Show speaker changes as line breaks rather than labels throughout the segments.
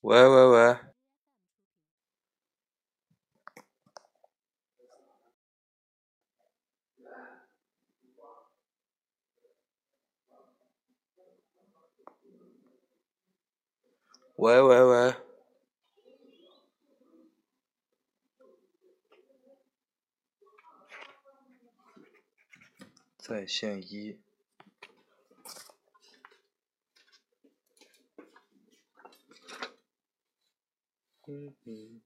喂喂喂喂喂喂，在线一，嗯嗯，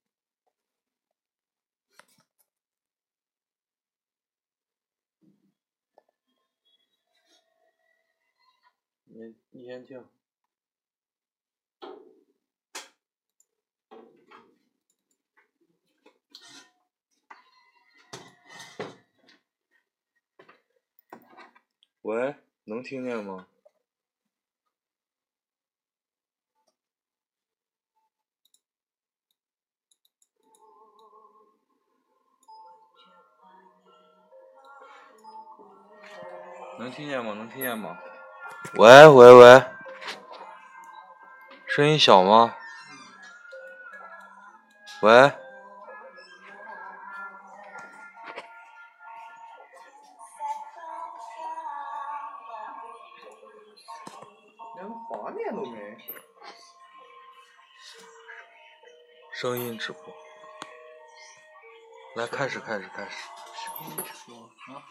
你你先听。喂，能听见吗？能听见吗？能听见吗？喂喂喂，声音小吗？喂。
连个画面都没。
声音直播。来，开始，开始，开始，
说啊，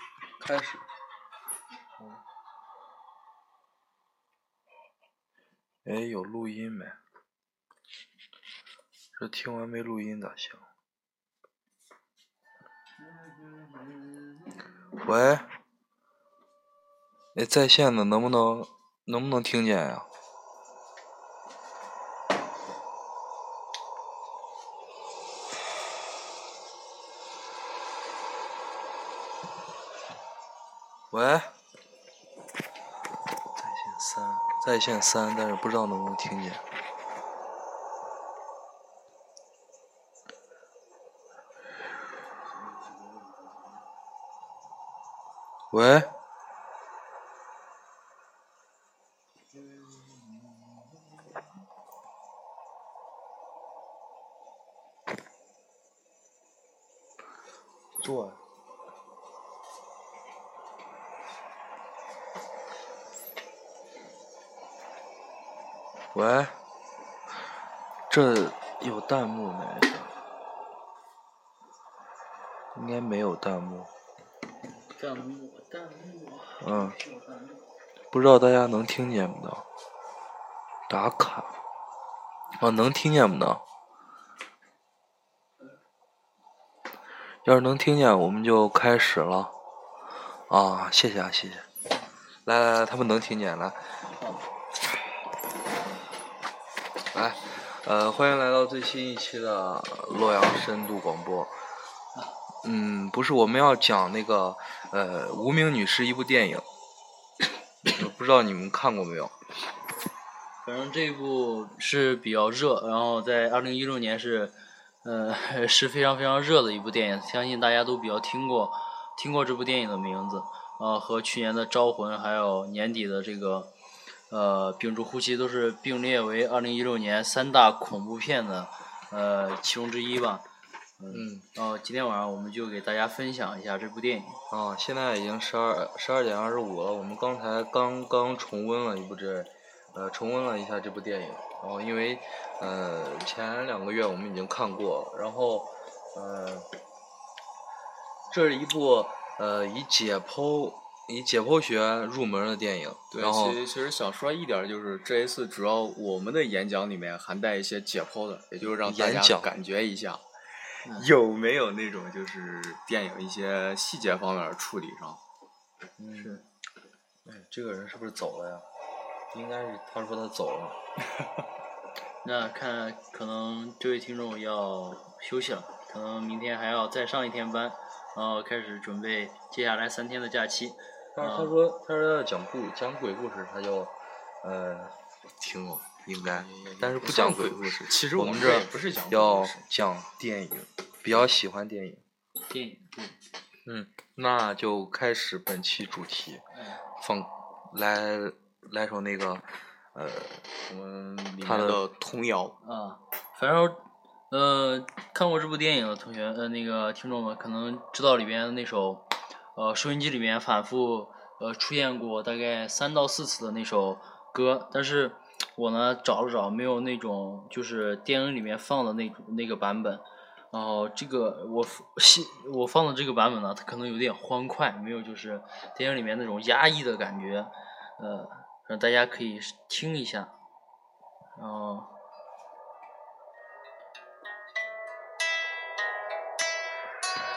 开始。哎，有录音没？这听完没录音咋行？喂，哎，在线的能不能能不能听见呀、喂，在线三，在线三，但是不知道能不能听见。喂，坐呀。喂，这有弹幕没？应该没有弹幕。
弹幕，弹幕，
嗯，
有弹幕。
不知道大家能听见不能？打卡。啊，能听见不能？要是能听见，我们就开始了。啊，谢谢啊，谢谢。来来来，他们能听见，来。来，呃，欢迎来到最新一期的洛阳深度广播。嗯，不是，我们要讲那个呃《无名女士》一部电影，呃不知道你们看过没有？
反正这一部是比较热，然后在二零一六年是，呃， 是非常非常热的一部电影，相信大家都比较听过，听过这部电影的名字，啊，和去年的《招魂》还有年底的这个，呃，《屏住呼吸》都是并列为二零一六年三大恐怖片的，呃，其中之一吧。
嗯，
然后今天晚上我们就给大家分享一下这部电影。
啊，现在已经十二十二点二十五了，我们刚才刚刚重温了一部这，呃，重温了一下这部电影。然后因为，呃，前两个月我们已经看过，然后，呃，这是一部呃以解剖以解剖学入门的电影。
对，
然后
其实其实想说一点儿就是，这一次主要我们的演讲里面含带一些解剖的，也就是让大
演
家
讲
感觉一下
嗯，
有没有那种就是电影一些细节方面儿处理上。
是，哎，这个人是不是走了呀？应该是，他说他走了。
那看，可能这位听众要休息了，可能明天还要再上一天班，然后开始准备接下来三天的假期。
但是他
啊
说，他说要讲故讲鬼故事，他就，呃，听了应该，但嗯是不讲鬼故事。
其实
我
我
们
们
这
这也不是讲鬼
要
故事
讲电影，比较喜欢电影。
电影，
嗯，那就开始本期主题，
嗯，
放来来首那个，呃，
我们里
他
面
的
的童谣，
啊，反正，呃，看过这部电影的同学，呃，那个听众们可能知道里边那首，呃，收音机里面反复呃出现过大概三到四次的那首歌，但是我呢找了找，没有那种就是电影里面放的那种那个版本。然后这个我西我放的这个版本呢，它可能有点欢快，没有就是电影里面那种压抑的感觉，呃，让大家可以听一下，然后。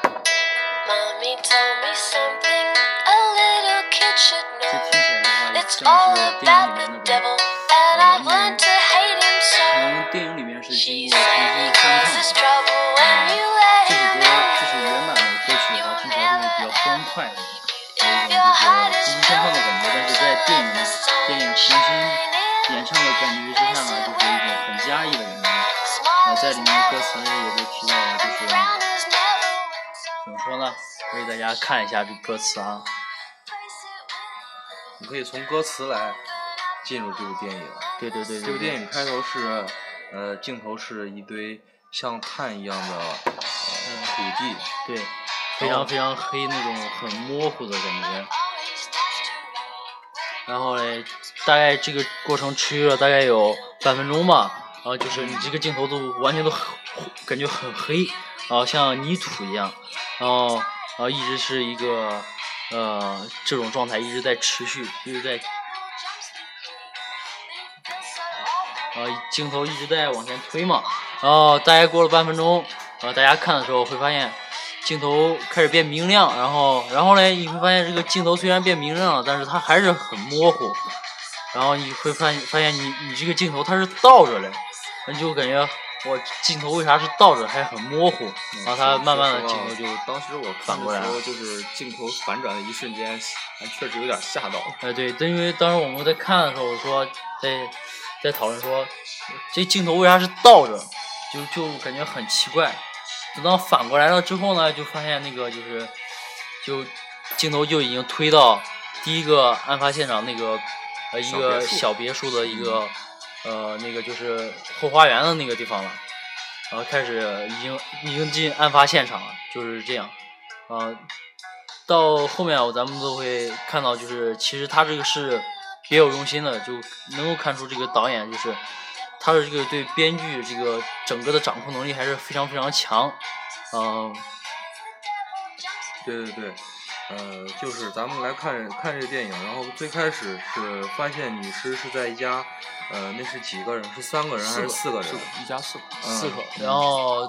Mommy told me something a little kid should
这
know.
听起来的话，也
It's
像
all
是电影里
about the
面那种，
devil, and I've learned to hate him so.
可能电影里面是经
She
过重新
said he
翻唱
causes
的。
trouble when you let
这首
him
歌，
know.
这首原版的歌曲的话，听起来会比较欢快，有一
If
种
your heart
就是
is
积极向上的感觉。但是在电影电影重
filled let the sun shine
新
in.
演唱的感觉之下呢，就是一种很压抑的感觉。
Small
呃，在
is
里面的歌
never
词也都提到了，就
round,
是
and brown is never wet, so
怎么说呢？我给大家看一下这歌词啊，
place it with
你可以从歌词来进入这部电影。
对对对对
这部
对
电影开头是，呃，镜头是一堆像炭一样的呃土地，
对，非常非常黑那种很模糊的感觉。
always touched to me.
然后嘞，大概这个过程持续了大概有半分钟吧。然后就是你这个镜头都完全都很感觉很黑，然后像泥土一样，然后然后一直是一个呃这种状态一直在持续，一直在然后呃镜头一直在往前推嘛，然后大概过了半分钟，然后大家看的时候会发现镜头开始变明亮，然后然后嘞你会发现这个镜头虽然变明亮了，但是它还是很模糊，然后你会发现发现你你这个镜头它是倒着嘞，你就感觉我镜头为啥是倒着还很模糊，然后
嗯
它慢慢的镜头就
当时我
反
看
过
的
来
时
了
候，就是镜头反转的一瞬间，还确实有点吓到了。
哎，对，但因为当时我们在看的时候，我说在在讨论说，这镜头为啥是倒着，就就感觉很奇怪。等到反过来了之后呢，就发现那个就是就镜头就已经推到第一个案发现场那个呃一
小
个
别墅
小别墅的一个、呃那个就是后花园的那个地方了，然后开始已经已经进案发现场了，就是这样。呃，到后面我咱们都会看到，就是其实他这个是别有用心的，就能够看出这个导演就是他的这个对编剧这个整个的掌控能力还是非常非常强。嗯、
对对对，呃，就是咱们来看看这个电影，然后最开始是发现女尸是在一家，呃，那是几个人？是三个人还是四个人？
是的一家四口，
四个，
嗯
然后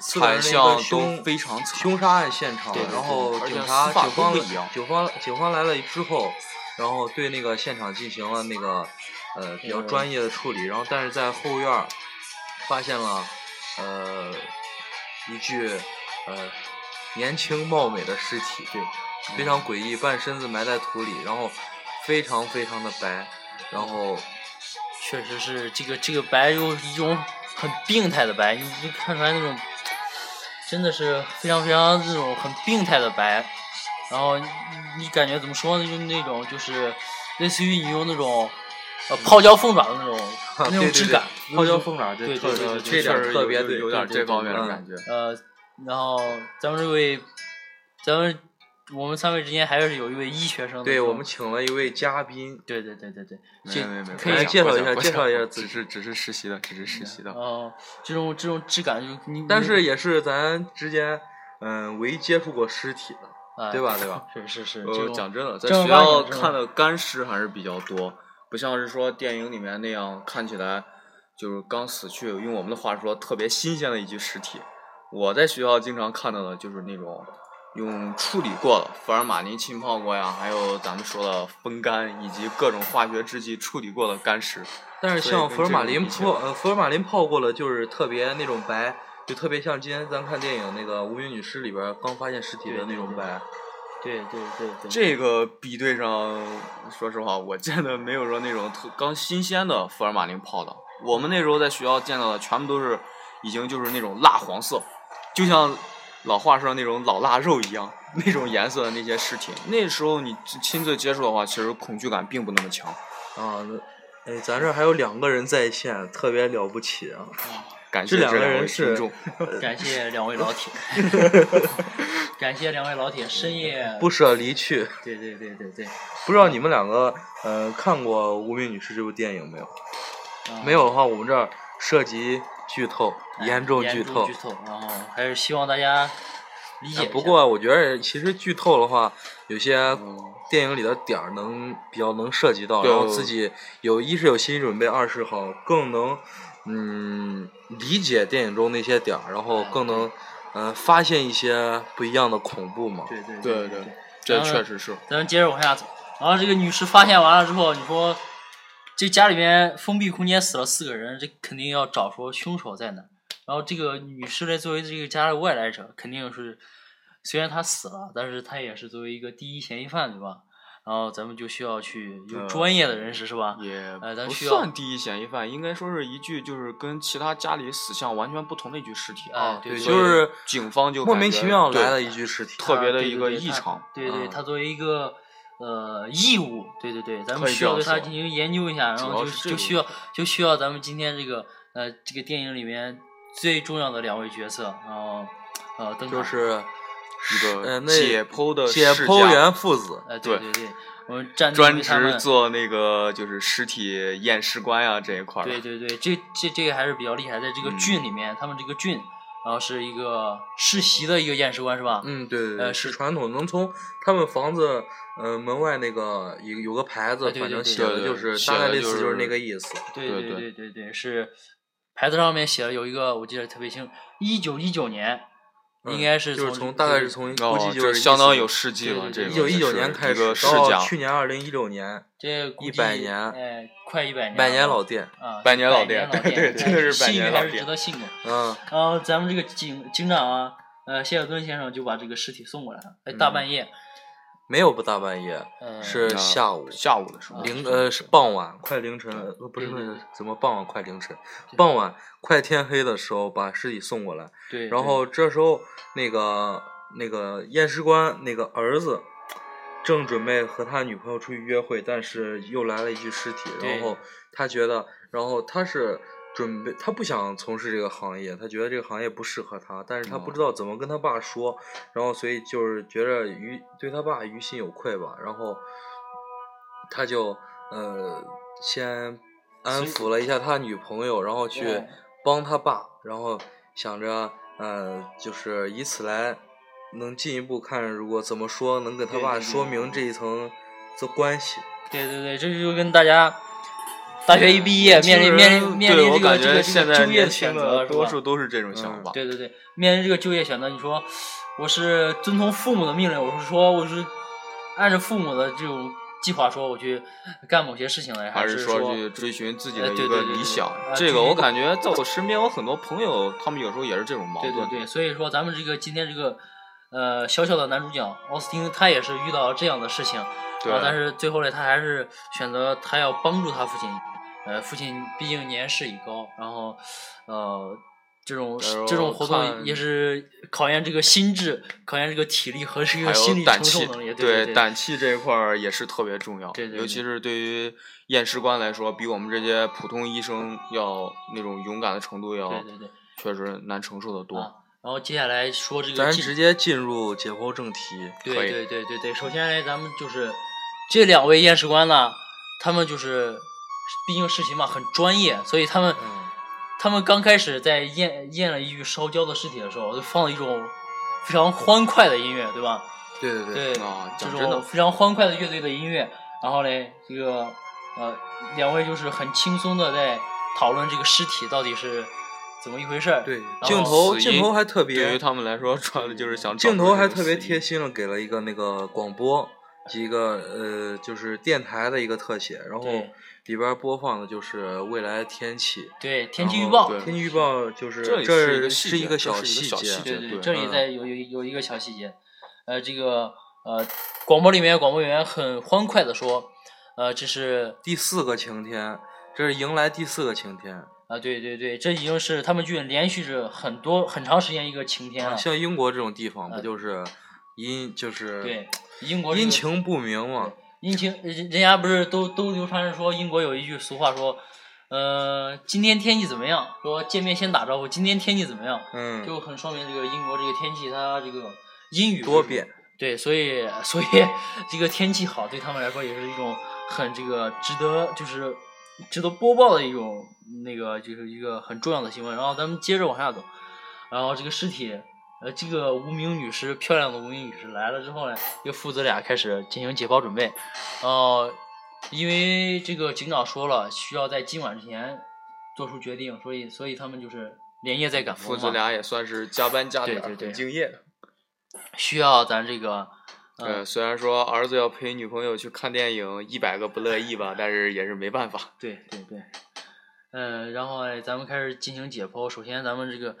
四个人的
惨
一
象
个
都
凶
非常惨。
凶杀案现场，
对对对
然后
而且
警察、
司法
警方
都不一样
警方、警方来了之后，然后对那个现场进行了那个呃比较
嗯
专业的处理，然后但是在后院儿发现了呃一具呃年轻貌美的尸体，对，非常诡异，半身子埋在土里，然后非常非常的白，然
嗯
后
确实是这个这个白又一种很病态的白，你就看出来那种真的是非常非常那种很病态的白，然后你你感觉怎么说呢？就那种就是类似于你用那种呃泡椒凤爪的 那种那
对
种
对
质
对
感，
泡椒凤爪这
对
特
对对
别
对
这点
确
儿
实
特
有
别
有
对，
有点
对
这方面的
嗯
感觉。
呃，然后咱们这位咱们我们三位之间还是有一位医学生的，
对
是吧
我们请了一位嘉宾，
对对对对对，
没
这
没没，
可
来
以
介绍一下
不
介
讲
绍一下
不讲
自己嗯
只是只是实习的，只是实习的。
哦、这种这种质感就你，
但
你
是也是咱之间，嗯，唯一接触过尸体的，
哎
对吧？对 吧？
是是是，这
呃，
种
讲真的，在
正儿
学
八经
校
是吧
看的干尸还是比较多，不像是说电影里面那样看起来就是刚死去，用我们的话说特别新鲜的一具尸体。我在学校经常看到的就是那种用处理过的福尔马林浸泡过呀，还有咱们说的风干以及各种化学制剂处理过的干尸。
但是
所以
像
跟
福尔
这
马
个
林
比起
泡，
来
呃，福尔马林泡过了，就是特别那种白，就特别像今天咱看电影那个《无名女尸》里边儿刚发现尸体的
对
那
对
种
对
白。
对对对对，
这个比对上，说实话，我见的没有说那种特刚新鲜的福尔马林泡的。我们那时候在学校见到的，全部都是已经就是那种蜡黄色，就像老话说的那种老腊肉一样，那种颜色的那些尸体。那时候你亲自接触的话，其实恐惧感并不那么强。
啊，那哎，咱这儿还有两个人在线，特别了不起啊！
感
这
谢
两个
位
人
听
是
众，
感谢两位老 铁，感谢两位老铁，深夜
不，舍离去。
对对对对对，
不知道你们两个呃看过《无名女士》这部电影没有？
啊
没有的话，我们这儿涉及剧透，
哎
严重剧透
剧。透，然后还是希望大家理解一
哎
下。
不过我觉得，其实剧透的话，有些
嗯，
电影里的点儿能比较能涉及到，
对
然后自己有一是有心理准备，二是好更能嗯理解电影中那些点儿，然后
哎
更能嗯、呃发现一些不一样的恐怖嘛。
对对
对
对
对，这
然后
确实是。
咱们接着往下走。然后这个女尸发现完了之后，你说这家里面封闭空间死了四个人，这肯定要找说凶手在哪儿。然后这个女尸呢，作为这个家的外来者，肯定是虽然她死了，但是她也是作为一个第一嫌疑犯，对吧？然后咱们就需要去有
呃
专业的人士是吧？
也
呃咱
不
需要
算第一嫌疑犯，应该说是一具就是跟其他家里死相完全不同的一具尸体
哎
啊，
对
就
所以
是
警方就
莫
感
名
觉
其妙
对
来了一具尸体。
特别的
对
一
对
个
对
异
他
常
对对，
嗯
他作为一个呃义务，对对对，咱们
可以
需
这
要
样
对他
说
进行研究一下，然
主
后
要
就是
这
就
个
需要就需要咱们今天这个呃这个电影里面最重要的两位角色，然后呃灯塔
就是
一
呃
个
那
解剖的
解
世
剖
家
员父子，
呃对对
对
对，我们站定
专
为他
职
们
做那个就是尸体验尸官呀、这一块儿。
对对对，这这这个还是比较厉害，在这个
嗯
郡里面，他们这个郡然后是一个世袭的一个验尸官是吧？
嗯，对对对，
呃
是
是
传统，能从他们房子呃门外那个有有个牌子，
哎对
反
对
正
对
写的
对
就
对
是
写
大概
的
类
就
似就是那
是
个意思。
对
对
对
对
对对，是牌子上面写了有一个，我记得特别清，一九一九年，应
嗯
该是
就是
从
从大概是从估
哦，
计就
这
是
相当有
一
事迹了。
对
这
对
个
对
九一九
是
年开
一个
始
世
到
家，
去年二零一六年，
这估计
100年
哎，快一百年了，
百年老店，
啊，
百年
老
老店对对
对，
真的是百
信誉
年
还
老
是值
店
得信奉。
嗯，
然后咱们这个警警长啊，呃，谢尔顿先生就把这个尸体送过来了，哎，大
嗯
半夜，
没有不大半夜，
呃，
是
啊
下午
下午的时候，
凌呃是傍晚快凌晨，呃不是不
对对
是怎么傍晚快凌晨，傍晚快天黑的时候把尸体送过来，
对，
然后这时候那个那个验尸官那个儿子正准备和他女朋友出去约会，但是又来了一具尸体，
对
然后他觉得，然后他是准备他不想从事这个行业，他觉得这个行业不适合他，但是他
嗯
不知道怎么跟他爸说，然后所以就是觉着于对他爸于心有愧吧，然后他就呃先安抚了一下他女朋友，然后去
对
帮他爸，然后想着呃就是以此来能进一步看，如果怎么说能跟他
对
爸
对对
说明这一层的关系。
对对对，这就跟大家大学一毕业面临面临面
对
临
我
这个
感
这个
觉
这
现
个
在
就业
年
的选
轻
择
的
是吧，嗯
多数都是这种想法。
对对对，面临这个就业选择，你说我是遵从父母的命令，我是说我是按照父母的这种计划说我去干某些事情来，
还
是
是
说
说去追寻自己
呃
的
对对
一个
对对
理想
啊？
这
追
个
寻
我
一个
感觉在我身边，我很多朋友他们有时候也是这种矛
对
盾。
对对，所以说咱们这个今天这个呃小小的男主角奥斯汀，他也是遇到了这样的事情，
对
啊然后但是最后呢，他还是选择他要帮助他父亲，呃，父亲毕竟年事已高，然后呃这种
时候
这种活动
看
也是考验这个心智，考验这个体力和这
还
个心
有
理
胆
承受
气
能力，，对
胆气这一块儿也是特别重要，
对对
尤
对
其是对于验尸官来说，比我们这些普通医生要那种勇敢的程度要
对对对，
确实难承受的多。
啊然后接下来说这个
咱
进
直接进入解剖正题。
对
可以
对对对对，首先呢，咱们就是这两位验尸官呢，他们就是毕竟实习嘛，很专业，所以他们、
嗯
他们刚开始在验验了一具烧焦的尸体的时候，就放了一种非常欢快的音乐，对吧？
对对对，
对，
啊
这
讲真的
种非常欢快的乐队的音乐，然后嘞，这个呃，两位就是很轻松的在讨论这个尸体到底是怎么一回事儿，
对
然，后
镜头
哦死
镜
因
头还特
对于
别，
他们来说，主要就是想
镜
找
头
出
还
这个
特别
死因
贴心了，给了一个那个广播及一个呃就是电台的一个特写，然后
对
里边播放的就是未来天气，
对天气
然
预
后
报，
对
天气预报就是
这里是一
这
个
是
细
一
节
个
这是一个
细
小细
节，
节
对对，
对
这里
嗯
在有有有一个小细节，呃，这个呃，广播里面广播员很欢快的说，呃，这是
第四个晴天，这是迎来第四个晴天，
啊、对对对，这已经是他们剧连续着很多很长时间一个晴天啊
啊
了，
像英国这种地方
呃
不就是阴就是
对，英国这
阴
个
晴不明嘛？
英情人人家不是都都流传着说英国有一句俗话说，呃，今天天气怎么样？说见面先打招呼，今天天气怎么样？
嗯，
就很说明这个英国这个天气它这个阴雨
多
不
变，
对，所以所以这个天气好对他们来说也是一种很这个值得就是值得播报的一种那个就是一个很重要的新闻。然后咱们接着往下走，然后这个尸体，呃，这个无名女尸，漂亮的无名女尸来了之后呢，这个父子俩开始进行解剖准备，然后因为这个警长说了需要在今晚之前做出决定，所以所以他们就是连夜在赶工
父
嘛。
子俩也算是加班加点儿，
对对对
很敬业的。
需要咱这个
呃，虽然说儿子要陪女朋友去看电影，一百个不乐意吧，但是也是没办法。
对对对，嗯，然后哎，咱们开始进行解剖。首先，咱们这个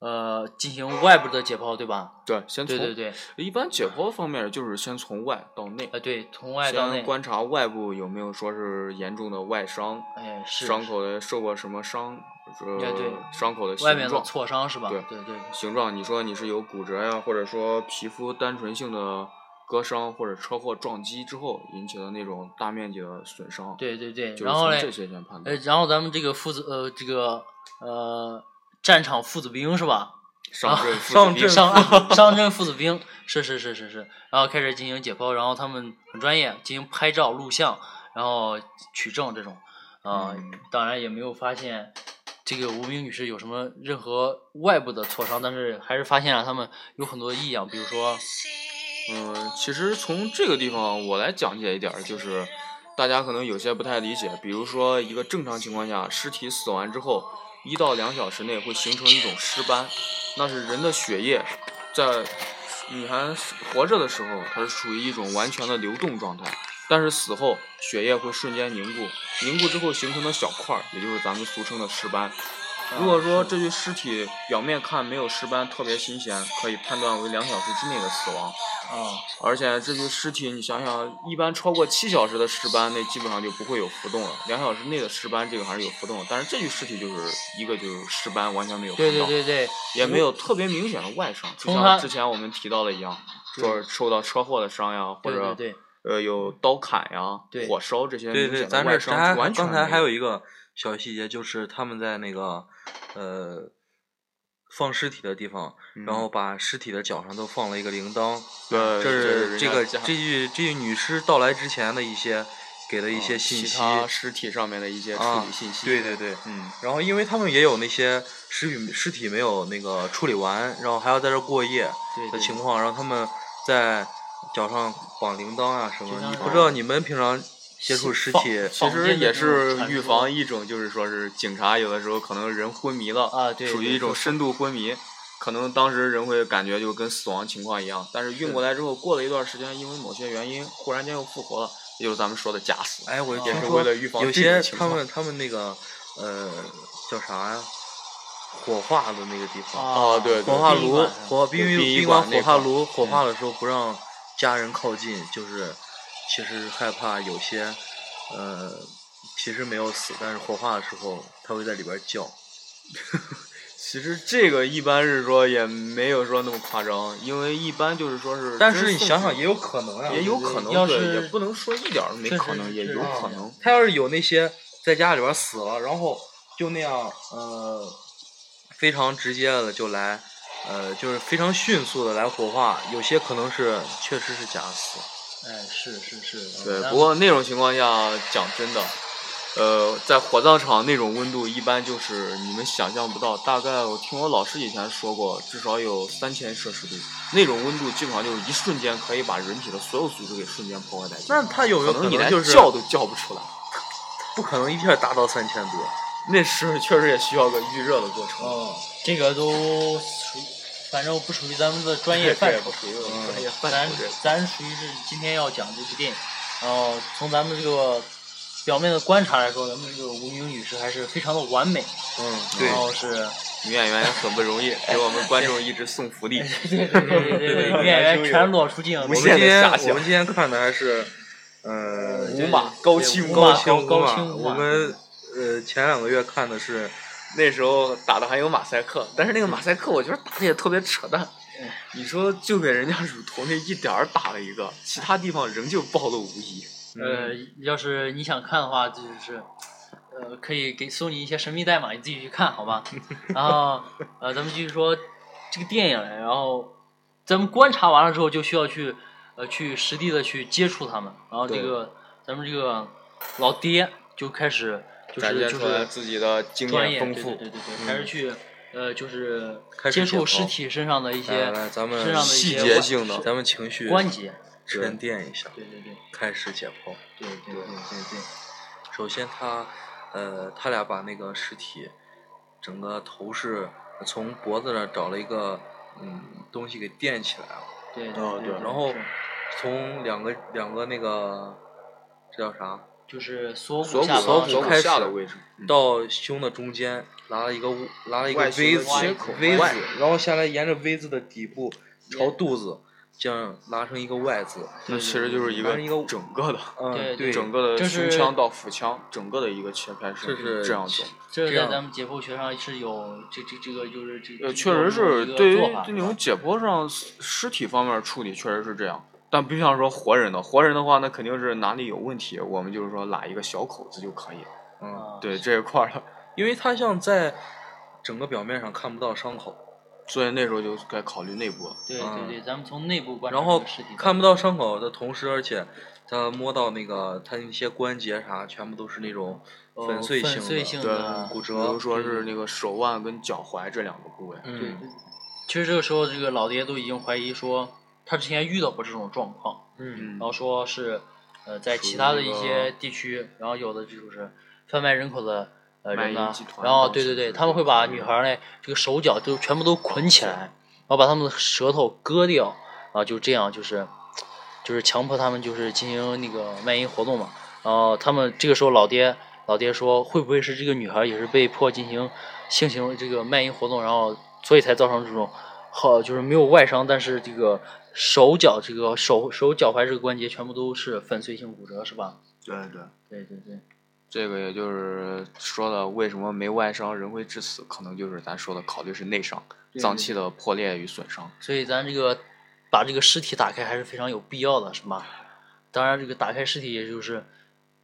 呃，进行外部的解剖，对吧？
对，先从
对对对，
一般解剖方面就是先从外到内，
呃，对，从外到内
先，观察外部有没有说是严重的外伤，
哎，是
伤
是
口的受过什么伤，
哎
呃
对，
伤口的
外面
形
的
状，
挫伤是吧？
对
对对，
形状，你说你是有骨折呀，或者说皮肤单纯性的割伤，或者车祸撞击之后引起的那种大面积的损伤，，
对对对
就是
然后
从
嘞，
这些先判
呃，
断。
然后咱们这个父子呃，这个呃，战场父子兵是吧？
上
啊
阵父子
上
兵
阵
上 上阵父子兵，是是是是是，然后开始进行解剖，然后他们很专业，进行拍照、录像，然后取证这种，啊、
嗯
当然也没有发现这个无名女士有什么任何外部的挫伤，但是还是发现了他们有很多异样，比如
啊
说，
嗯，其实从这个地方我来讲解一点儿，就是大家可能有些不太理解，比如说一个正常情况下，尸体死完之后，一到两小时内会形成一种尸斑，那是人的血液在你还活着的时候，它是处于一种完全的流动状态，但是死后血液会瞬间凝固，凝固之后形成的小块儿，也就是咱们俗称的尸斑。如果说这具尸体表面看没有尸斑，特别新鲜，可以判断为两小时之内的死亡。
啊、
而且这具尸体，你想想，一般超过七小时的尸斑，那基本上就不会有浮动了。两小时内的尸斑，这个还是有浮动的。但是这具尸体就是一个就是尸斑完全没有看
对
到，
对对对，
也没有特别明显的外伤，就
从它
像之前我们提到的一样，说受到车祸的伤呀，或
对
者
对对，
呃有刀砍呀
对、
火烧这些
对
明
对，
显
咱
的
这咱
外
还
伤，完全
刚才还有
一
一个小细节，就是他们在那个呃放尸体的地方，然后把尸体的脚上都放了一个铃铛，
嗯对，
这是
人
这
家
个
家
这具这具女尸到来之前的一些给的一些
嗯
信
其
息
他尸体上面的一些处
啊
理信息，
对对对，
嗯，
然后因为他们也有那些尸体尸体没有那个处理完，然后还要在这儿过夜
对
的
对
情况，然后他们在脚上绑铃铛啊什么
铃铛，
你
啊
不知道你们平常接触尸
放
体，
其
房
实
间的
也
这种
是
传
预
播
防一种，就是说是警察有的时候可能人昏迷了
啊对
属于
对
一种深度昏迷，可能当时人会感觉就跟死亡情况一样，但是运过来之后，过了一段时间，因为某些原因，忽然间又复活了，也就是咱们说的假死。
哎，我
啊
听
也是
说
为了预防
有
这种
些
情
他
况
们他们那个呃叫啥呀，火化的那个地方，
啊
对对
火化
殡仪
炉
馆上
火殡
对
仪
殡仪
殡仪
馆
馆火化
那块儿嗯
炉火化的时候不让家人靠近，就是其实害怕有些呃其实没有死，但是火化的时候他会在里边儿叫。
其实这个一般是说也没有说那么夸张，因为一般就是说是，
但是你想想也。有可能呀、
也有可
对
能，
要
啊对，也
是
不能说一点儿没
确
可
实
能，
是
也
这
有
样
可
的
能。
他要是有那些在家里边儿死了，然后就那样呃非常直接的就来。呃，就是非常迅速的来火化，有些可能是确实是假死。
哎，是是是，啊
对，
咱
不过那种情况下，讲真的，呃，在火葬场那种温度，一般就是你们想象不到。大概我听我老师以前说过，至少有三千摄氏度，那种温度基本上就是一瞬间可以把人体的所有组织给瞬间破坏殆尽。
那他有没有
可能你
能
连
就是
叫都叫不出来？
不可能一下达到三千多？
那是确实也需要个预热的过程。
哦，这个都属于，反正不属于咱们的专业
这
范
也
畴
不。属于我们
嗯
专业范
咱
畴这个。
咱属于是今天要讲这部电影，然后从咱们这个表面的观察来说，咱们这个无名女士还是非常的完美，
嗯，
然后 是
女演员也很不容易，给我们观众一直送 福利。
对对对对对，女演员全裸出镜，
我们
限
今
的
天
遐
我
想
们今天看的还是，呃，
对
码
对
高
对
清
无
高
码
清
高
无码
清无
我
码
们呃前两个月看的是，
那时候打的还有马赛克，但是那个马赛克我觉得打的也特别扯淡。你说就给人家乳头那一点儿打了一个，其他地方仍旧暴露无遗。
呃，要是你想看的话，就是，呃，可以给送你一些神秘代码，你自己去看好吧。然后，呃，咱们继续说这个电影，然后咱们观察完了之后，就需要去，呃，去实地的去接触他们。然后这
对
个咱们这个老爹就开始就
展现
是就
出来
是
自己的经
专业
验丰富。嗯
对对对对对，开始去。呃，就是
开始
接
解
触尸
剖
体身上的一
来
些
来，咱
身
们
上的一
细
些
节
关
性的
咱们情绪
关节，
沉淀一下，
对对对
开始解剖。
对对对对对。
首先他，呃，他俩把那个尸体整个头是从脖子那儿找了一个嗯东西给垫起来了，
对
哦对
对，
然后
是
从两个两个那个这叫啥
就是锁
锁
骨
骨
下
锁
方
骨
是吧
开始
下的位置，
到胸的中间拉了一个 V- 拉了一个
嗯外
V
形的
字
切口
V 字
外，
然后下来沿着 V 字的底部朝肚子这样拉成一个 Y 字，
那其实就是一
当
个
然一个
整个的，
嗯
对
对，
整个
就
的
是
胸腔到腹腔整个的一个切开
这是
这样做。
这是
这
在
样
咱们解剖学上是有这这这个就是这
呃，
个
确实是对于这种
种
解剖上尸体方面处理，确实是这样。但不像说活人的，活人的话，那肯定是哪里有问题，我们就是说拉一个小口子就可以。
啊
嗯，
对这一块儿的，
因为它像在整个表面上看不到伤口，
所以那时候就该考虑内部了。
对对
嗯
对，咱们从内部观察
然后
这个尸体的
看不到伤口的同时，而且他摸到那个他那些关节啥，全部都是那种
呃
粉碎性的、
粉碎性
对
的
骨
比如
折。
说
嗯
是那个手腕跟脚踝这两个部位，
对
嗯，
其实这个时候，这个老爹都已经怀疑说他之前遇到过这种状况，
嗯，
然后说是呃在
属于
其他的
一
一
个
些地区，然后有的就是贩卖人口的呃
卖
人
淫
呢
集，团
然后
都
对
是
对对，
这
他们会把
种
女孩儿呢这个手脚都全部都捆起来，然后把他们的舌头割掉，然后就这样就是就是强迫他们就是进行那个卖淫活动嘛，然后他们这个时候老爹老爹说会不会是这个女孩儿也是被迫进行性行为这个卖淫活动，然后所以才造成这种好就是没有外伤，但是这个手脚这个手手脚踝这个关节全部都是粉碎性骨折是吧？
对对，
对对对，
这个也就是说的，为什么没外伤人会致死，可能就是咱说的考虑是内伤，
对
脏
对
器的破裂与损伤。
所以咱这个把这个尸体打开还是非常有必要的，是吧？当然，这个打开尸体也就是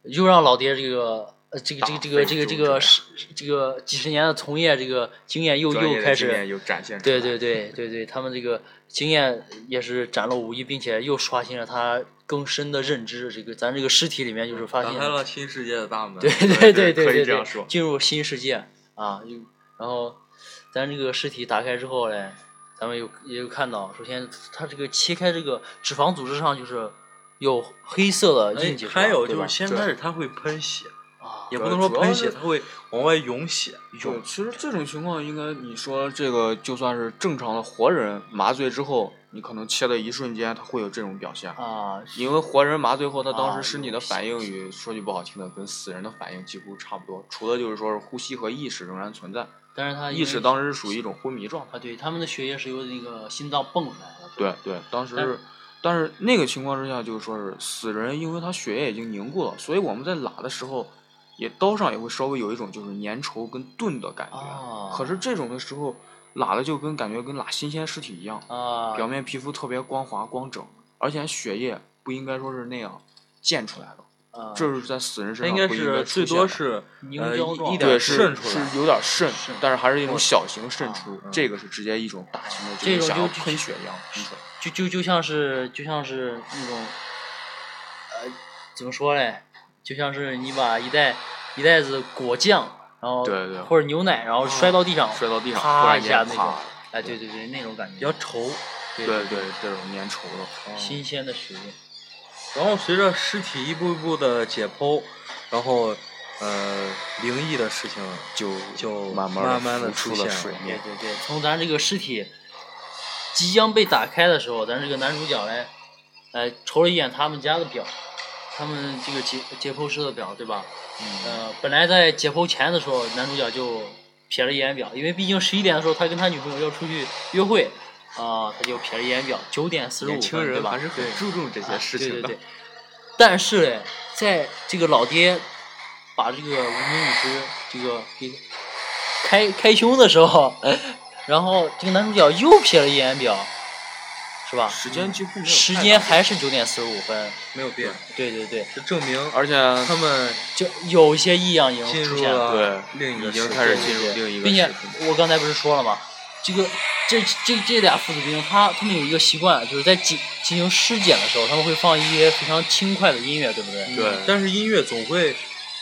又让老爹这个呃这个这个这个这个这
大
个
费周
是这个几十年的从业这个经验又
专业
又
的
开
经验
始，
又展现出来
对对对对对，他们这个经验也是展露无遗，并且又刷新了他更深的认知。这个咱这个尸体里面就是发
打
现
开了新世界的大门。哎
对对
对
对
对
对
可以
对
这样
对
说
进入新世界啊，又然后咱这个尸体打开之后嘞，咱们有也有看到，首先它这个切开这个脂肪组织上就是有黑色的
哎
印记出来，
还有
对
就是
吧
先开始他会喷血，
啊，
也
对
不能说
主要
喷血，
是
他会往外涌血。
对，其实这种情况应该你说这个就算是正常的活人麻醉之后，你可能切的一瞬间，他会有这种表现。
啊，
因为活人麻醉后，他当
啊
时身体
有
的反应与说句不好听的，跟死人的反应几乎差不多，除了就是说是呼吸和意识仍然存在，
但是他
意识当时是属于一种昏迷状态。
啊，对，他们的血液是由那个心脏蹦出来的，
对对，当时
但
是，但是那个情况之下，就是说是死人，因为他血液已经凝固了，所以我们在拉的时候，也刀上也会稍微有一种就是粘稠跟钝的感觉。
啊
可是这种的时候，拉的就跟感觉跟拉新鲜尸体一样，
啊，
表面皮肤特别光滑光整，而且血液不应该说是那样溅出来的，
啊
这是在死人
他
身
应该
上不应
是
该
最
出现
多
的
是
凝
呃
胶状
一一
对
点
是
渗出
是
来。
有点渗
渗，
但是还是一种小型渗
啊
出
嗯，
这个是直接一种大型的，就
这
是
种
想
就
要
就
喷血一样喷出来。
就就就像是就像是那种，呃，怎么说嘞？就像是你把一袋一袋子果酱，然后
对对
或者牛奶，然后摔到地上，
摔到地上，忽
啪
然
一下那
间
种
啪，，
哎，对对对，那种感觉
比较稠，
对
对对，这种粘稠的，
新鲜的血液，
然后随着尸体一步一步的解剖，然后呃，灵异的事情
就
就
慢
慢
慢
慢地
地浮
出
出了
现
水
了
对
面。
对对，从咱这个尸体即将被打开的时候，咱这个男主角嘞，呃，瞅了一眼他们家的表，他们这个解解剖师的表，对吧？
嗯
呃，本来在解剖前的时候，男主角就瞥了一眼表，因为毕竟十一点的时候他跟他女朋友要出去约会，啊、他就瞥了一眼表，九点四十五
年轻
分，对
人
吧？
还是很
对
注重这些事情
啊对对
的
对。但是嘞，在这个老爹把这个无名女尸这个给 开开胸的时候，然后这个男主角又瞥了一眼表，是吧？
时间几乎没有
时
太
间
大
还是九点四十五分。
没有变，
对对对，
这证明
而且
他们
就有一些异样已经
进
出
入
现了。
了
对
另一个
已经
世界
开始
对
进入
对
另一个
并且
时空
我刚才不是说了吗？这个这这这俩父子兵，他他们有一个习惯，就是在进进行尸检的时候，他们会放一些非常轻快的音乐，对不对？
对
但是音乐总会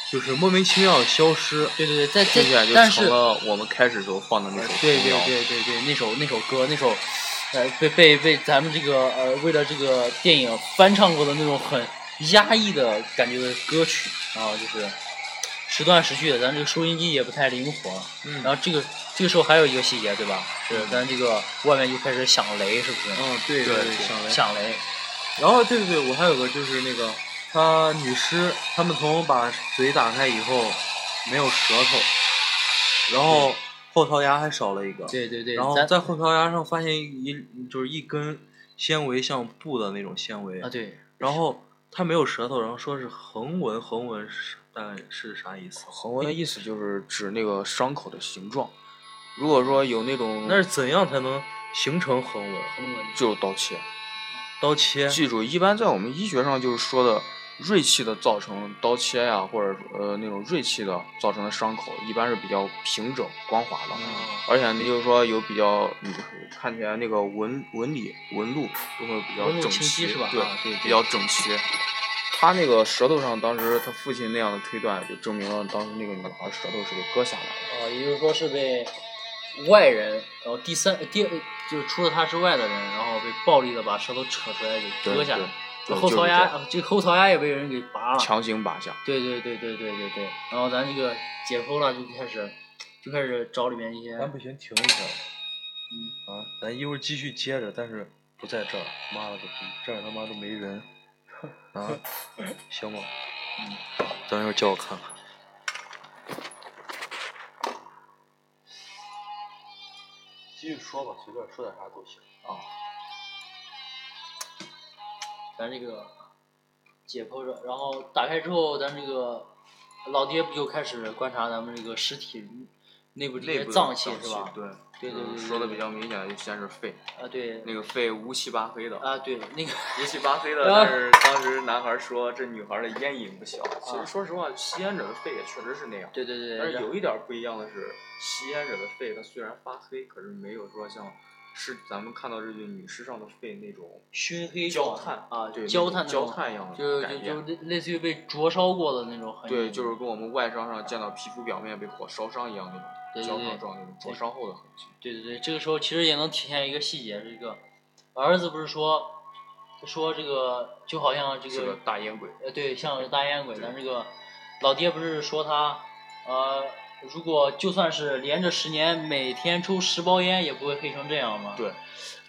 就是莫名其妙地消失。
对对对，在
并且
在
就
但
成
是
了我们开始时候放的那首
对
童
对
谣
对对对，那首那首歌，那首呃被被被咱们这个呃为了这个电影翻唱过的那种很压抑的感觉的歌曲啊，就是时断时续的，咱这个收音机也不太灵活。
嗯
然后这个这个时候还有一个细节，对吧？是咱这个外面就开始响雷，是不是？
嗯，对
对
对，想了。
响雷，
然后对对对，我还有个就是那个他女尸，他们从把嘴打开以后没有舌头，然后后槽牙还少了一个，
对对对，
然后
咱
在后槽牙上发现一就是一根纤维像布的那种纤维，
啊对，
然后他没有舌头，然后说是横纹，横纹是但是啥意思？
横纹的意思就是指那个伤口的形状。如果说有那种，
那是怎样才能形成横纹？
就是刀切。
刀切，
记住，一般在我们医学上就是说的锐器的造成刀切呀、或者呃那种锐器的造成的伤口，一般是比较平整光滑
哦
的，而且呢就是说有比较，嗯看起来那个纹纹理纹路都会比较
纹路
整
清晰
齐，
是吧
对
啊对对
比较整齐。他那个舌头上，当时他父亲那样的推断，就证明了当时那个女孩舌头是被割下来的。
啊，也就是说是被外人，然后第三第二就是除了他之外的人，然后被暴力的把舌头扯出来给割
对
下
对
来，
对
后
就
槽
是这
牙
样
啊这个后槽牙也被人给拔了。
强行拔下。
对对对对对对对，然后咱这个解剖了就开始就开始找里面一些
嗯
咱不行，停一下。嗯啊，咱一会儿继续接着，但是不在这儿。妈了个逼，这儿他妈都没 人。啊，行吗？嗯，等一会儿叫我看看。继续说吧，随便说点啥都行。
咱这个解剖着，然后打开之后，咱这个老爹不就开始观察咱们这个尸体内部这些脏器是吧？
对，嗯
对对对对
说的比较明显的就先是肺，
啊对，
那个肺乌漆八黑的，
啊对，那个
乌漆八黑的。
啊
但是当时男孩说这女孩的烟瘾不小，其实说实话，吸烟者的肺也确实是那样。
对对啊对，
但是
然
有一点不一样的是，吸烟者的肺它虽然发黑，可是没有说像是咱们看到这具女尸上的肺那种
熏黑
焦
状
炭
啊，
对，
焦
那种
炭那
焦
种
炭一样
就就
的感
就
觉。
类类似于被灼烧过的那种痕迹，
对，就是跟我们外伤上见到皮肤表面被火烧伤一样那
对对
种焦
对
烫状那种灼
对
伤后的痕迹。
对对对，这个时候其实也能体现一个细节，是一个儿子不是说说这个就好像这
是个
个
大烟鬼。
呃对，像是大烟鬼，咱这个老爹不是说他呃，如果就算是连着十年每天抽十包烟也不会黑成这样嘛，
对，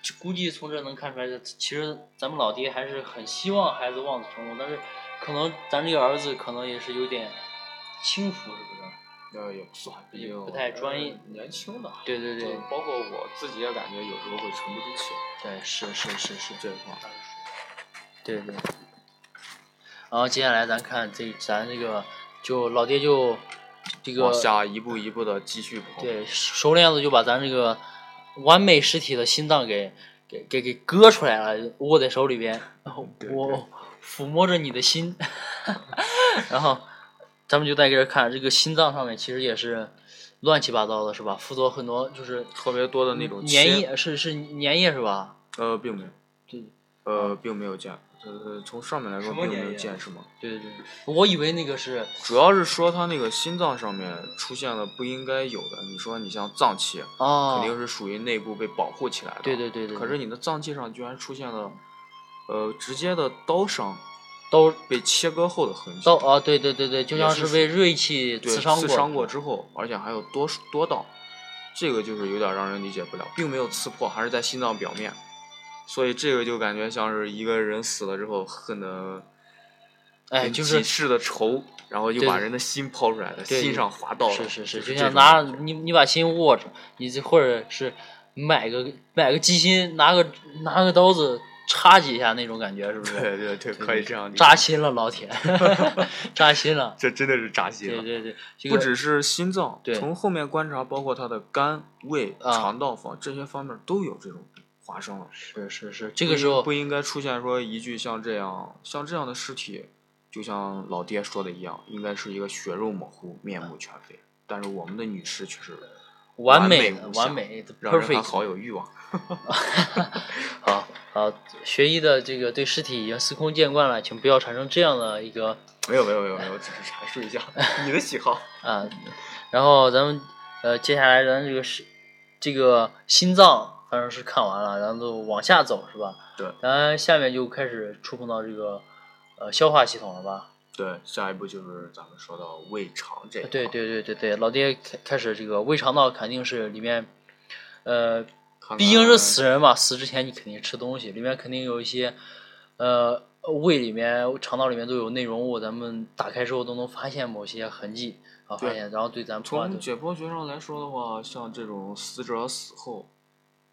就估计从这能看出来的，其实咱们老爹还是很希望孩子望子成龙，但是可能咱这个儿子可能也是有点轻浮，是不是？
呃，也不算，毕
也
竟
不太
还
专
是
业
年轻的。
对对对
就包括我自己也感觉有时候会沉不住气，
对，是是是是
这一块儿。
对对。然后接下来咱看这咱这个，就老爹就这个
往下一步一步的继续跑。
对，熟练的就把咱这个完美尸体的心脏给给给给割出来了，握在手里边，然后
对
我抚摸着你的心， 然后咱们就在这儿看这个心脏上面其实也是乱七八糟的，是吧？附着很多就是
特别多的那种
粘
铅
液，是是粘液是吧？
呃，并没有，
对
呃，并没有见，呃，从上面来说
什么啊
并没
粘
有
液
见什么，
对对对，我以为那个是
主要是说他那个心脏上面出现了不应该有的。你说你像脏器，啊
哦，
肯定是属于内部被保护起来的。
对对对对，
可是你的脏器上居然出现了，呃，直接的刀伤，
刀
被切割后的痕迹。
刀啊，对对对对，就
也
像
是
是被锐器
对，
刺伤过，嗯
过之后，而且还有多数多道，这个就是有点让人理解不了，并没有刺破，还是在心脏表面，所以这个就感觉像是一个人死了之后恨的，
哎，就是
极致的仇，然后又
对
把人的心抛出来了，
对
心上划到了，
是是是，
就
像
这
拿
种
你你把心握着，你这或者是买个买个鸡心，拿个拿个刀子插几下那种感觉，是不是？
对对对，可以这样理解
扎心了，老铁， 扎心了。
这真的是扎心
对
了。
对对，这
不
个
只是心脏，
对
从后面观察，包括他的肝、胃、
啊
肠道方这些方面都有这种发生了。
是是是，这个时候
不应该出现说一句像这样像这样的尸体，就像老爹说的一样，应该是一个血肉模糊、面目全非。但是我们的女尸却是
完
美
的
无瑕
完美的
让人还
perfect
好有欲望。
好好，学医的这个对尸体已经司空见惯了，请不要产生这样的一个
没有没有没有没有，只是阐述一下你的喜好。
啊。然后咱们呃，接下来咱这个是这个心脏反正是看完了，然后就往下走是吧？
对
咱下面就开始触碰到这个呃消化系统了吧？
对，下一步就是咱们说到胃肠这一块。
啊对对对对对，老爹开开始这个胃肠道肯定是里面，呃，
看看
毕竟是死人嘛，死之前你肯定吃东西，里面肯定有一些，呃，胃里面、肠道里面都有内容物，咱们打开之后都能发现某些痕迹啊，发
对
现，然后对咱们不管
从
对
解剖学上来说的话，像这种死者死后，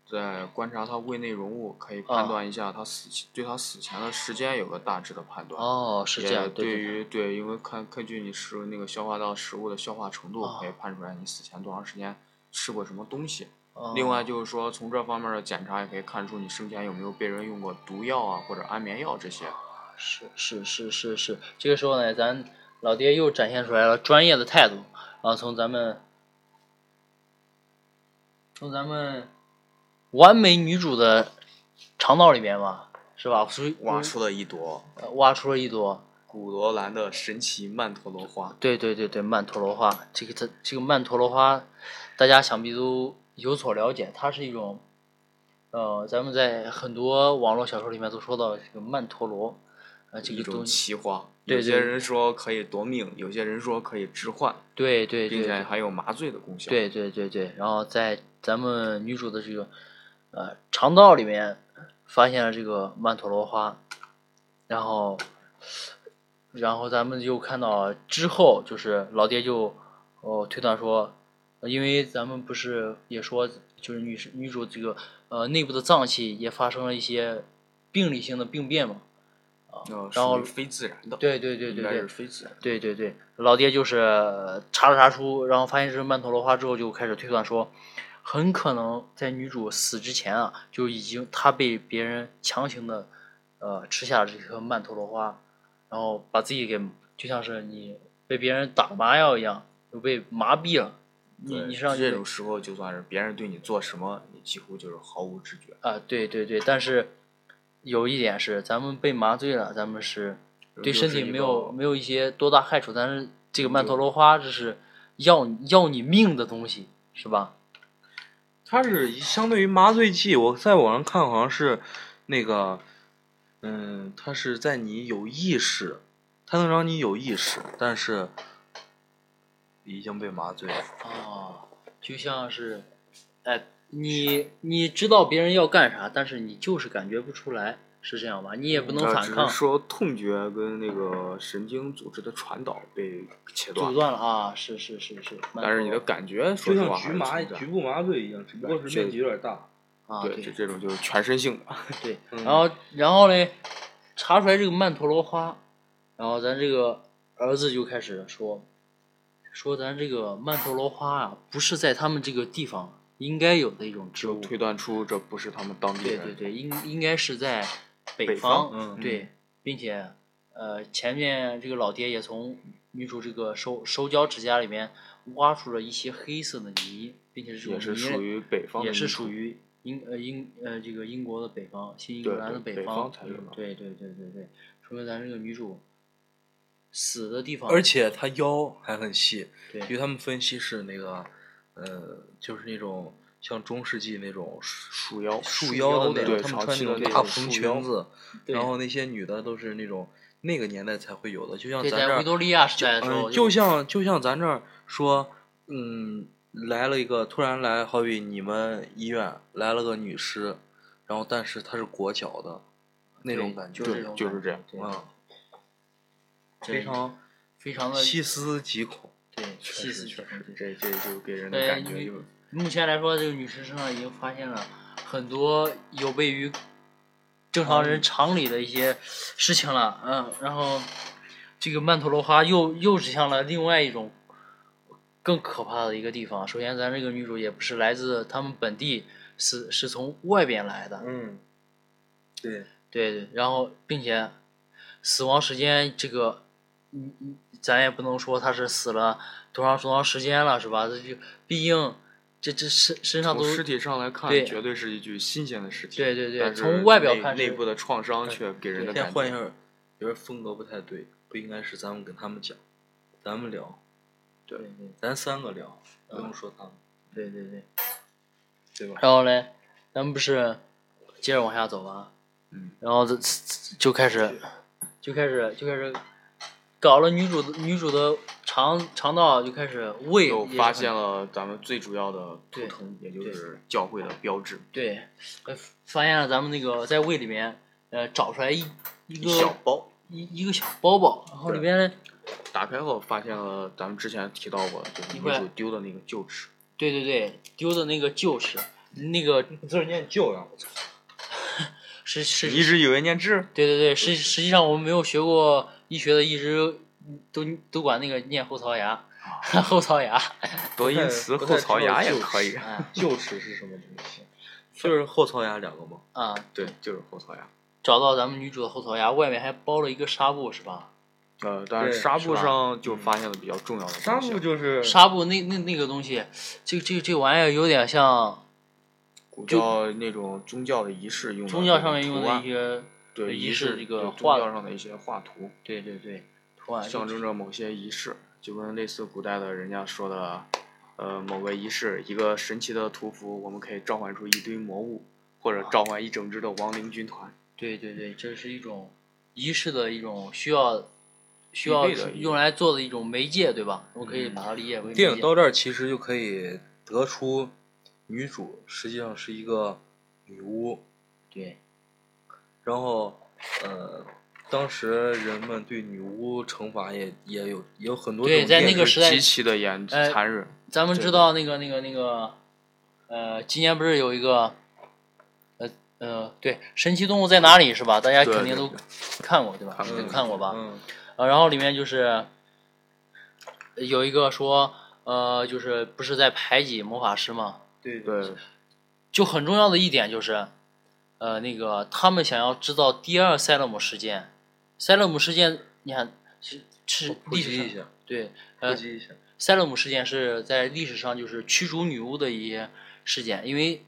在观察他胃内容物，可以
啊
判断一下他死前、对他死前的时间有个大致的判断。
哦，是这
也
样，
对
对对，
于对，因为看根据你食物那个消化道食物的消化程度，
啊
可以判出来你死前多长时间吃过什么东西。
哦
另外就是说，从这方面的检查也可以看出你生前有没有被人用过毒药啊，或者安眠药这些。
是是是是是，这个时候呢，咱老爹又展现出来了专业的态度，然后从咱们，从咱们完美女主的肠道里面嘛，是吧？所以
挖出了一朵
呃挖出了一朵，
嗯古罗兰的神奇曼陀罗花。
对对对对，曼陀罗花，这个它这个曼陀罗花，大家想必都有所了解，它是一种，呃，咱们在很多网络小说里面都说到这个曼陀罗，呃，这
一
个
种
东西，
奇花。
对
有些
对
人说可以夺命，有些人说可以致幻，
对对对
并且
对
还有麻醉的功效。，
对对对对，然后在咱们女主的这个呃肠道里面发现了这个曼陀罗花，然后然后咱们就看到之后就是老爹就哦推断说，呃因为咱们不是也说就是女士女主这个呃内部的脏器也发生了一些病理性的病变嘛，啊
那，
然后
属于非自然的。
对对对对
应该
对
是，非自然的。
对对对，老爹就是呃查了查出，然后发现是曼陀罗花之后，就开始推断说，很可能在女主死之前啊，就已经她被别人强行的，呃，吃下了这颗曼陀罗花，然后把自己给就像是你被别人打麻药一样，就被麻痹了。你
对
你是让
这
你
种时候，就算是别人对你做什么，你几乎就是毫无知觉。
啊，对对对，但是有一点是，咱们被麻醉了，咱们是对
就
身
是
体
一
没有
个
没有一些多大害处，但是这个曼陀
就
罗花这是要你要你命的东西，是吧？
它是相对于麻醉剂，我在网上看好像是那个，嗯，它是在你有意识，它能让你有意识，但是已经被麻醉了。
啊，就像是，哎，你你知道别人要干啥，但是你就是感觉不出来，是这样吧？你也不能
嗯那
反
只
抗
是，说痛觉跟那个神经组织的传导被切断
阻
了，
断了啊！是是是是，曼
但是
陀
你
罗
的感觉，说实话还是存在
部麻醉一样，只不
过是面积
有点大。
啊，
对，这这种就是全身性的。
对，
嗯
然后然后嘞，查出来这个曼陀罗花，然后咱这个儿子就开始说，说咱这个曼陀罗花啊，不是在他们这个地方应该有的一种植
就
物，
推断出这不是他们当地
对
人。
对对，应应该是在北
北
方，
方
嗯
对，并且呃，前面这个老爹也从女主这个手手脚指甲里面挖出了一些黑色的泥，并且这种
也是
泥
属于北方的
也
泥
是
土
属于英呃英呃这个英国的北方，新英
对
格兰的
对北
方
方才有嘛
对对对对对，说明咱这个女主死的地方，
而且它腰还很细，据
对
他们分析是那个，呃，就是那种像中世纪那种
束腰
束
束
腰
腰
的那种，
的
对
他们
长
穿
期
那种
的那
大
种
蓬
束
裙
腰
子，
对
然后那些女的都是那种那个年代才会有的，就像
对
咱
在
这
维
儿，
多利亚时
就
代的时
嗯，
候有，
就像就像咱这儿说，嗯，来了一个突然来，好比你们医院来了个女尸，然后但是她是裹脚的，那种
对
感觉，
就是这
对，
种
就
感
是这样。
对
嗯，
对
非常
非常的
细思极恐。
对
确
细
实
思极
确
恐
实，这这就给人的
对
感觉
哎你
就是
目前来说，这个女尸身上已经发现了很多有悖于正常人常理的一些事情了，嗯，然后这个曼陀罗花又又指向了另外一种更可怕的一个地方。首先，咱这个女主也不是来自他们本地，是是从外边来的，
嗯，对，
对对，然后并且死亡时间这个，嗯嗯，咱也不能说他是死了多长多长时间了，是吧？这就毕竟这这身身上
从
都
尸体上来看，
对
绝对是一具新鲜的尸体。
对对对
但是
从外表
内
看是
内部的创伤却给人的
先
感
换一
觉。
下，有人风格不太对，不应该是咱们跟他们讲，咱们聊，
对对
咱三个聊，不
啊
用说他们，
对对对。
对吧？
然后嘞，咱们不是接着往下走啊，
嗯，
然后这就开始就开始就开始搞了女主的女主的肠肠道就开始胃
又
也是
发
很
现了咱们最主要的图
对
腾，也就是教会的标志，
对，呃，发现了咱们那个在胃里面，呃，找出来一一
一小
个
包。
一一个小包包，然后里
对
边呢，
打开后发现了咱们之前提到过的，就是
一
女
块
主丢的那个旧纸。
对对对，丢的那个旧纸，那个
你字儿念旧啊呀，我操！
是是，
你一直以为念痣？
对对对，实实际上我们没有学过医学的，一直都都管那个念后槽牙，
啊
后槽牙，
多音词后槽牙也可以。
啊
旧齿是什么东西？ 就是后槽牙两个吗？
啊，
对，就是后槽牙。
找到咱们女主的后槽牙，外面还包了一个纱布是吧？
呃，但
对
是纱布
是吧
上就发现了比较重要的
纱
东西
布
了，
就是
纱布那那那个东西，这这这玩意儿有点像
古
就
教那种宗教的仪式用的
宗
那
教
种
上面用
图
的
案
一些。
对
仪式
式
这个
对
画
宗教上的一些画图，
对对对，图案
象征着某些仪式，就跟类似古代的人家说的，呃，某个仪式，一个神奇的图符，我们可以召唤出一堆魔物，或者召唤一整支的亡灵军团。
对对对，这是一种仪式的一种需要，需
必
要
备的一
用来做的一种媒介，对吧？我可以把它理解为媒介
电影到这儿其实就可以得出，女主实际上是一个女巫，
对
然后呃，当时人们对女巫惩罚也也有也有很多
对
种
在
电
那个
视
时代
极其的严
呃
残忍，
咱们知
对
道那个那个那个，呃，今年不是有一个，呃呃，对，《神奇动物在哪里》是吧？大家
对
肯
对
定都
对
看过对吧？
看
肯定
过
看过吧？
嗯，
呃，然后里面就是有一个说，呃，就是不是在排挤魔法师吗？
对
对，
就很重要的一点就是，呃，那个他们想要制造第二塞勒姆事件，塞勒姆事件，你看是是
普
历
及
史
一
上
下，嗯
对，
普
呃，
及一下，
塞勒姆事件是在历史上就是驱逐女巫的一些事件，因为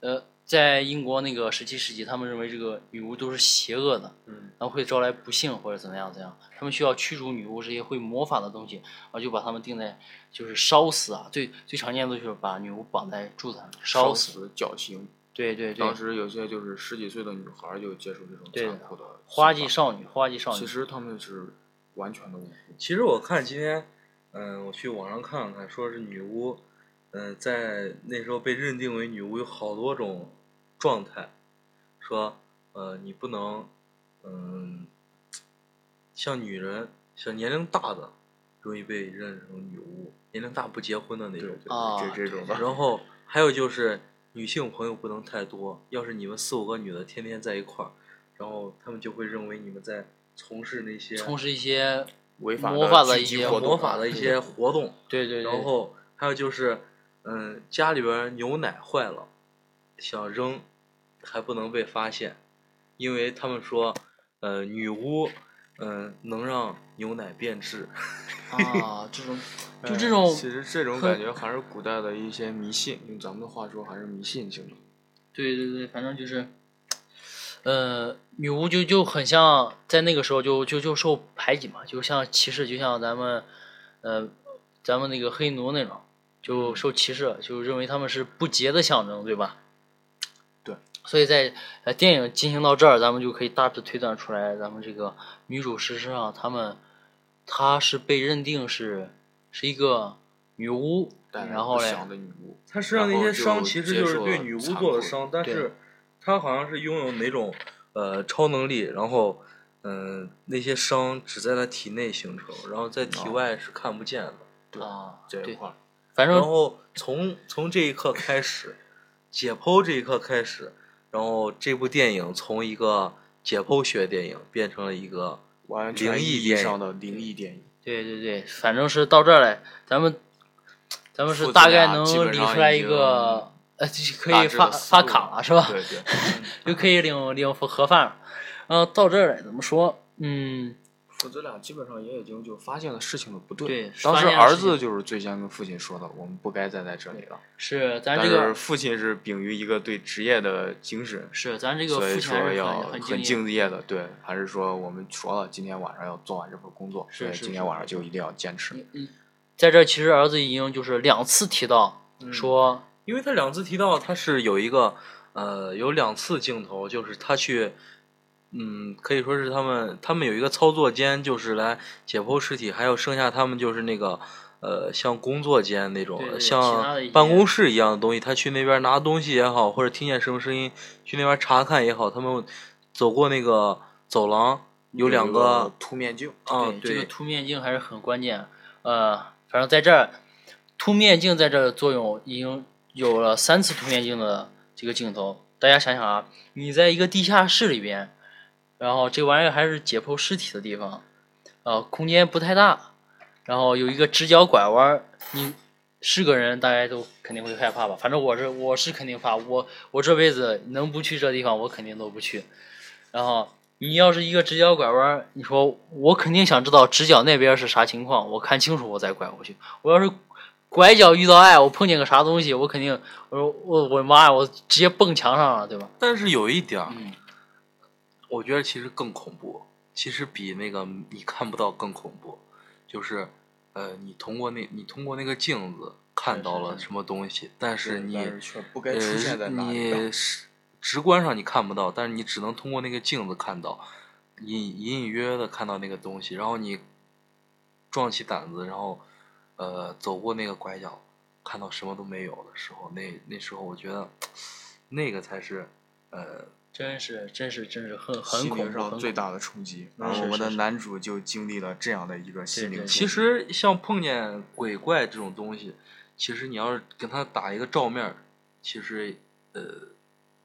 呃，在英国那个十七世纪，他们认为这个女巫都是邪恶的，
嗯，
然后会招来不幸或者怎么样怎么样，他们需要驱逐女巫这些会魔法的东西，然后就把他们定在就是烧死啊，最最常见的就是把女巫绑在柱子上烧
烧
死，
死绞刑。
对对对
当，时有些就是十几岁的女孩就接受这种
对
残酷的
花季
技
少女，花季少
其
女，
实他们是完全的无辜。
其实我看今天，嗯、我去网上看了看，说是女巫，嗯、在那时候被认定为女巫有好多种状态，说，呃，你不能，嗯、像女人，像年龄大的，容易被认成女巫，年龄大不结婚的那
对
种
对，
啊
对，这这种的。
然后还有就是女性朋友不能太多，要是你们四五个女的天天在一块儿，然后他们就会认为你们在从事那些
从事一些
违法
魔法的
聚
一
集
些
活
魔
动
法的一些活动。
对对对，
然后还有就是，嗯，家里边儿牛奶坏了，想扔，还不能被发现，因为他们说，呃，女巫，嗯、能让牛奶变 质。
啊，这种就 这
哎
种
其实这种感觉还是古代的一些迷信，用咱们的话说还是迷信性的。
对对对，反正就是，呃，女巫就就很像在那个时候就就就受排挤嘛，就像歧视，就像咱们，呃，咱们那个黑奴那种，就受歧视，就认为他们是不洁的象征，对吧？
对。
所以在呃电影进行到这儿，咱们就可以大致推断出来，咱们这个女主事实上他们，她是被认定是是一个女巫，
带来
然后
不
嘞，
祥的女巫，
它身上那
然后
些
就
伤其实就
接
是
受
对
了
女巫
残
做的
酷
伤，但
对
是她好像是拥有哪种呃超能力，然后嗯、那些伤只在她体内形成，然后在体
哦
外是看不见的。
啊，
这一
对，
块儿。
反
然
正
后从从这一刻开始，解剖这一刻开始，然后这部电影从一个解剖学电影变成了一个
完
灵
全意
异
义
电
上
影
的灵异电影，
对对对，反正是到这儿来，咱们咱们
父
是
子
大概
俩
能
基本
理
上
出来
已
一个呃，就是可
大
以
致
发
的思
发
路
卡了是吧？
对对，
就可以领领盒盒饭了。然后到这儿来怎么说？嗯，
父子俩基本上也已经就发现了事情的不对。
对
当
发
时
现了
儿
事情
子就是最先跟父亲说的，我们不该再在这里了。
是咱
但
这
是
个
父亲是秉于一个对职业的精神，
是咱这个
所
父
以
亲还
说
是
要
很
很
敬业。
敬业的。对，还是说我们说了今天晚上要做完这份工作，
是
所以
是
今
是
天晚上就一定要坚持。
在这儿其实儿子已经就是两次提到
嗯
说，
因为他两次提到他是有一个呃有两次镜头，就是他去嗯可以说是他们他们有一个操作间，就是来解剖尸体，还有剩下他们就是那个呃像工作间那种
对对对其他的一
像
些
办公室一样的东西，他去那边拿东西也好，或者听见什么声音去那边查看也好，他们走过那个走廊有两个
凸面镜，
啊
这个凸面镜还是很关键。呃，反正在这儿，凸面镜在这儿的作用已经有了三次凸面镜的这个镜头。大家想想啊，你在一个地下室里边，然后这玩意儿还是解剖尸体的地方，呃，空间不太大，然后有一个直角拐弯儿，你是个人，大家都肯定会害怕吧？反正我是我是肯定怕，我我这辈子能不去这地方，我肯定都不去。然后你要是一个直角拐弯儿，你说我肯定想知道直角那边是啥情况，我看清楚我再拐过去。我要是拐角遇到爱，我碰见个啥东西，我肯定我说我我妈呀，我直接蹦墙上了，对吧？
但是有一点儿，
嗯
我觉得其实更恐怖，其实比那个你看不到更恐怖，就是，呃，你通过那你通过那个镜子看到了什么东西，但是你
却不该出现在
呃
哪里
你是直观上你看不到，但是你只能通过那个镜子看到，隐隐隐约约的看到那个东西，然后你壮起胆子，然后呃走过那个拐角，看到什么都没有的时候，那那时候我觉得那个才是呃。
真是真是真是很很
心
恐怖，
灵
很恐
上
怖
最大的冲击，
嗯
而
是
我们
是
的
是
男主就经历了这样的一个心
对
灵
对
其
冲击。
实像碰见鬼怪这种东西，其实你要是跟他打一个照面儿，其实呃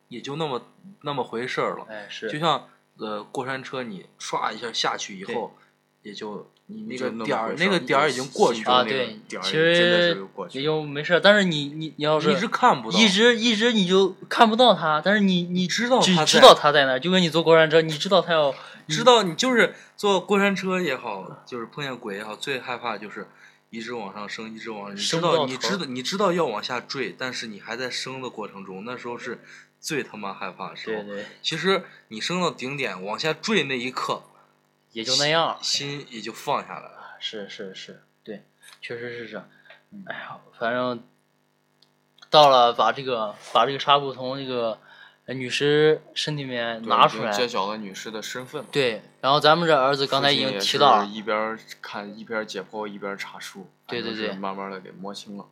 也就那么那么回事儿了。
哎是
就像呃过山车，你唰一下下去以后，也就你那
就
个
那么
点
回
儿
事
那个
儿你
点
就
儿已经过
心
去
中
了，
啊
那个
对
点，儿
其
真的是
实
过去
也
了
就没事儿，但是你你你要是
你是看不到，
一直一直你就看不到他，但是你你
知道
只
他
知
在
道他在那儿，就跟你坐过山车，你知道他要
知道你就是坐过山车也好，就是碰见鬼也好，最害怕就是一直往上升，一直往上，你
升
知
不到
道，你
头
知道，你知道要往下坠，但是你还在升的过程中，那时候是最他妈害怕的时
对
候。
对，
其实你升到顶点往下坠那一刻，
也就那样儿。
心也就放下来了。
是是是，对，确实是这样。哎呀，反正到了把这个把这个纱布从这个呃女尸身体里面
对
拿
就
出来，
揭晓了女尸的身份嘛。
对，然后咱们这儿子刚才已
父
经
亲也
提
是
到了，
一边儿看一边儿解剖一边儿查书，
对
反
对
正是
对
慢慢的给摸清了。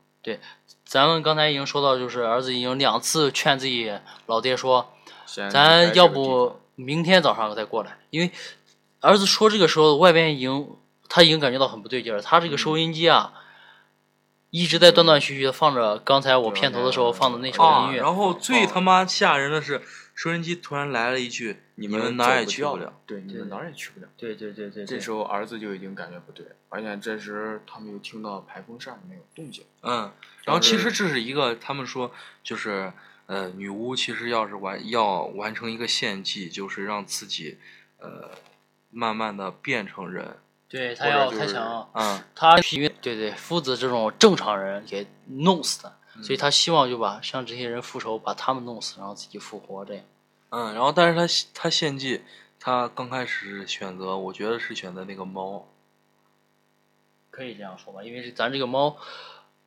咱们刚才已经说到，就是儿子已经两次劝自己老爹说，
先离开
咱
这
要
个地方
不明天早上再过来，因为儿子说这个时候外边已经他已经感觉到很不对劲儿，他
嗯
这个收音机啊、一直在断断续续的放着刚才我
对
片头的时候
对
放的那首
啊
音！乐，
然后最
哦
他妈吓人的是，收音机突然来了一句：“你
们
哪
走
儿也
不
去
掉
不了。”，
对，你
对
们哪儿也去不了。
对对对对，
这时
候
候儿子就已经感觉不对，而且这时他们又听到排风扇那个动静，
嗯，然后其
就是
实这是一个，他们说就是，呃，女巫其实要是完要完成一个献祭，就是让自己，呃，慢慢的变成人。
对他
或者
要
就
他
是
想
嗯，
他是因为对对夫子这种正常人给弄死的，
嗯
所以他希望就把像这些人复仇，把他们弄死，然后自己复活这样。
嗯，然后但是他献他献祭，他刚开始选择，我觉得是选择那个猫。
可以这样说吧，因为是咱这个猫，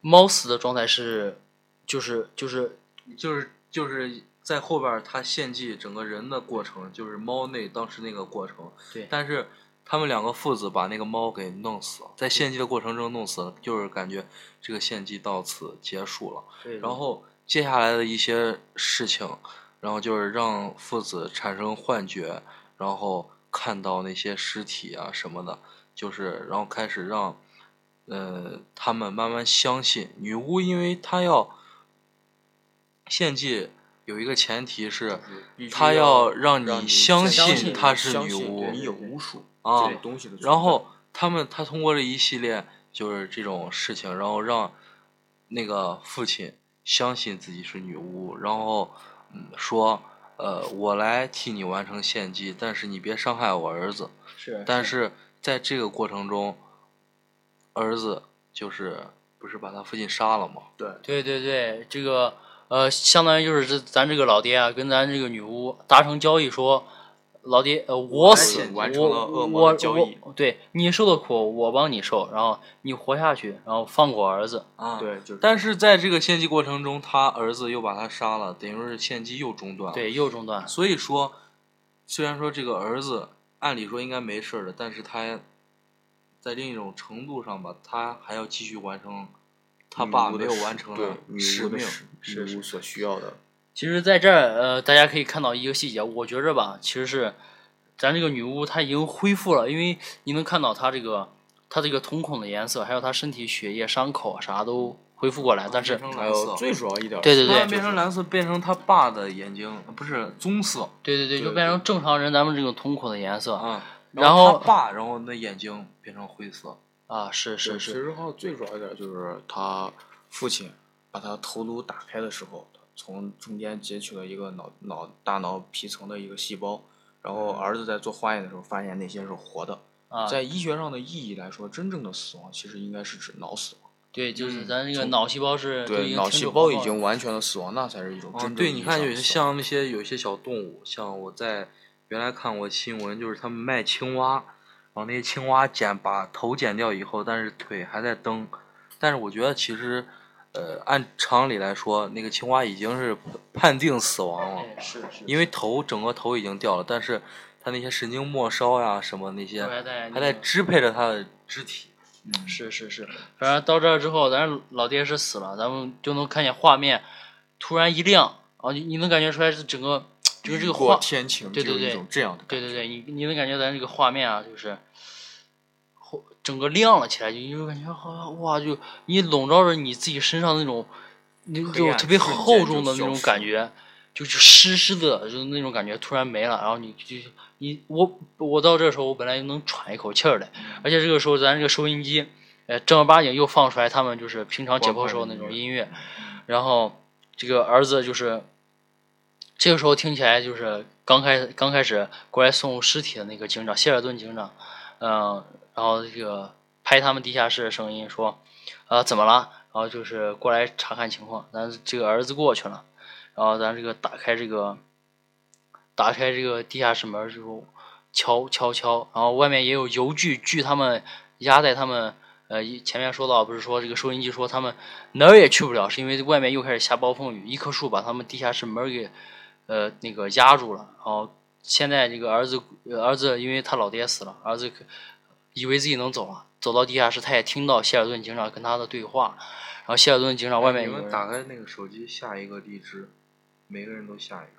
猫死的状态是，就是就是
就是就是在后边儿他献祭整个人的过程，就是猫那当时那个过程，
对，
但是他们两个父子把那个猫给弄死了，在献祭的过程中弄死了，就是感觉这个献祭到此结束了。
对
嗯
然后接下来的一些事情，然后就是让父子产生幻觉，然后看到那些尸体啊什么的，就是然后开始让，呃，他们慢慢相信女巫，因为她要献祭有一个前提是
就是必，须
她
要
让
让你
相
相
信
信
她是
相
女
信
巫
你有巫术
啊
这个东西的存在。
然后他们他通过这一系列就是这种事情，然后让那个父亲相信自己是女巫，然后嗯说，呃，我来替你完成献祭，但是你别伤害我儿子。
是，
但是在这个过程中，儿子就是不是把他父亲杀了吗？
对对对，这个呃，相当于就是这咱这个老爹啊，跟咱这个女巫达成交易说，老爹呃，我
完
死
成
我
完成了恶魔
我
的交易
我对你受的苦我帮你受，然后你活下去，然后放过我儿子。
啊，。
对，就是
但是在这个献祭过程中，他儿子又把他杀了，等于说是献祭又中断了。
对，又中断了。
所以说，虽然说这个儿子按理说应该没事儿的，但是他在另一种程度上吧，他还要继续完成他爸没有完成
对
的
女
使
巫的
命。
使
是
女
是
巫所需要的。
其实，在这儿呃，大家可以看到一个细节，我觉着吧，其实是咱这个女巫她已经恢复了，因为你能看到她这个她这个瞳孔的颜色，还有她身体血液伤口啊啥都恢复过来，但是
变成
还
蓝
有
色，
最主要一点，
对对
他
对，
变成蓝色，变成他爸的眼睛呃不是棕色
对对对，就
对
变
对
成正常人咱们这种瞳孔的颜色
啊，
然后
他爸，然后那眼睛变成灰色。
啊，是
对
是
其
是，
实还有最主要一点就是他父亲把他头颅打开的时候，从中间截取了一个脑脑大脑皮层的一个细胞，然后儿子在做化验的时候发现那些是活的。
嗯啊，
在医学上的意义来说，真正的死亡其实应该是指脑死亡，
对，就是
嗯
咱这个脑细胞是都已
对，
经
脑
停
细
止活
胞已
动
经
了哦
完全的死亡，那才是一种
嗯，
真正
对，
意
你
义
看
上
有些
的死亡
像那些有些小动物，像我在原来看过新闻，就是他们卖青蛙，然后那些青蛙剪把头剪掉以后，但是腿还在蹬。但是我觉得其实，呃，按常理来说，那个青蛙已经是判定死亡了，
哎是是，
因为头整个头已经掉了，但是它那些神经末梢呀什么那些
后来在
还
那
在
个
支配着它的肢体。
是是是，反正到这儿之后，咱老爹是死了，咱们就能看见画面突然一亮，啊，你你能感觉出来是整个整个这个
雨过
画，
天晴，
对对
就有
对
一种这样的
对对对，你你能感觉咱这个画面啊，就是或整个亮了起来，就你就感觉好像哇，就你笼罩着你自己身上那种那那
黑
种
暗
特别
瞬间
厚
就
重的那
消
种
失
感
了
觉，就就湿湿的，就是那种感觉突然没了，然后你就你我我到这时候我本来能喘一口气儿的，而且这个时候咱这个收音机，呃，正儿八经又放出来他们就是平常解剖时候那种音乐，然后这个儿子就是这个时候听起来就是刚开刚开始过来送尸体的那个警长谢尔顿警长，嗯、然后这个拍他们地下室的声音说，啊、怎么了？然后就是过来查看情况，咱这个儿子过去了，然后咱这个打开这个打开这个地下室门儿之后，敲敲敲，然后外面也有邮具，据他们压在他们呃一前面说到，不是说这个收音机说他们哪儿也去不了，是因为外面又开始下暴风雨，一棵树把他们地下室门儿给呃那个压住了，然后现在这个儿子呃儿子因为他老爹死了，儿子可以为自己能走了，走到地下室，他也听到谢尔顿警长跟他的对话，然后谢尔顿警长外面
你
有
们
人
打开那个手机下一个荔枝，每个人都下一个。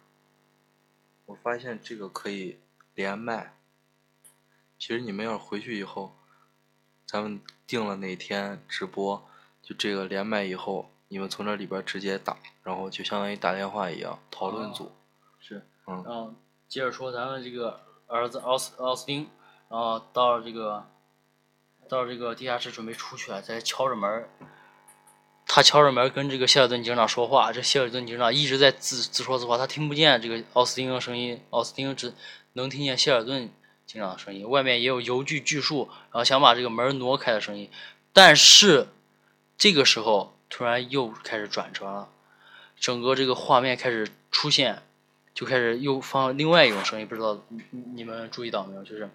我发现这个可以连麦。其实你们要是回去以后，咱们定了哪天直播，就这个连麦以后，你们从这里边直接打，然后就相当于打电话一样，讨论组。
是，
嗯
然后接着说咱们这个儿子奥斯奥斯汀，然后到了这个到了这个地下室准备出去，在敲着门儿，他敲着门儿跟这个谢尔顿警长说话，这谢尔顿警长一直在自自说自话，他听不见这个奥斯汀的声音，奥斯汀只能听见谢尔顿警长的声音，外面也有邮具锯树，然后想把这个门儿挪开的声音，但是这个时候突然又开始转折了。整个这个画面开始出现，就开始又放另外一种声音，不知道你你你们注意到没有？就是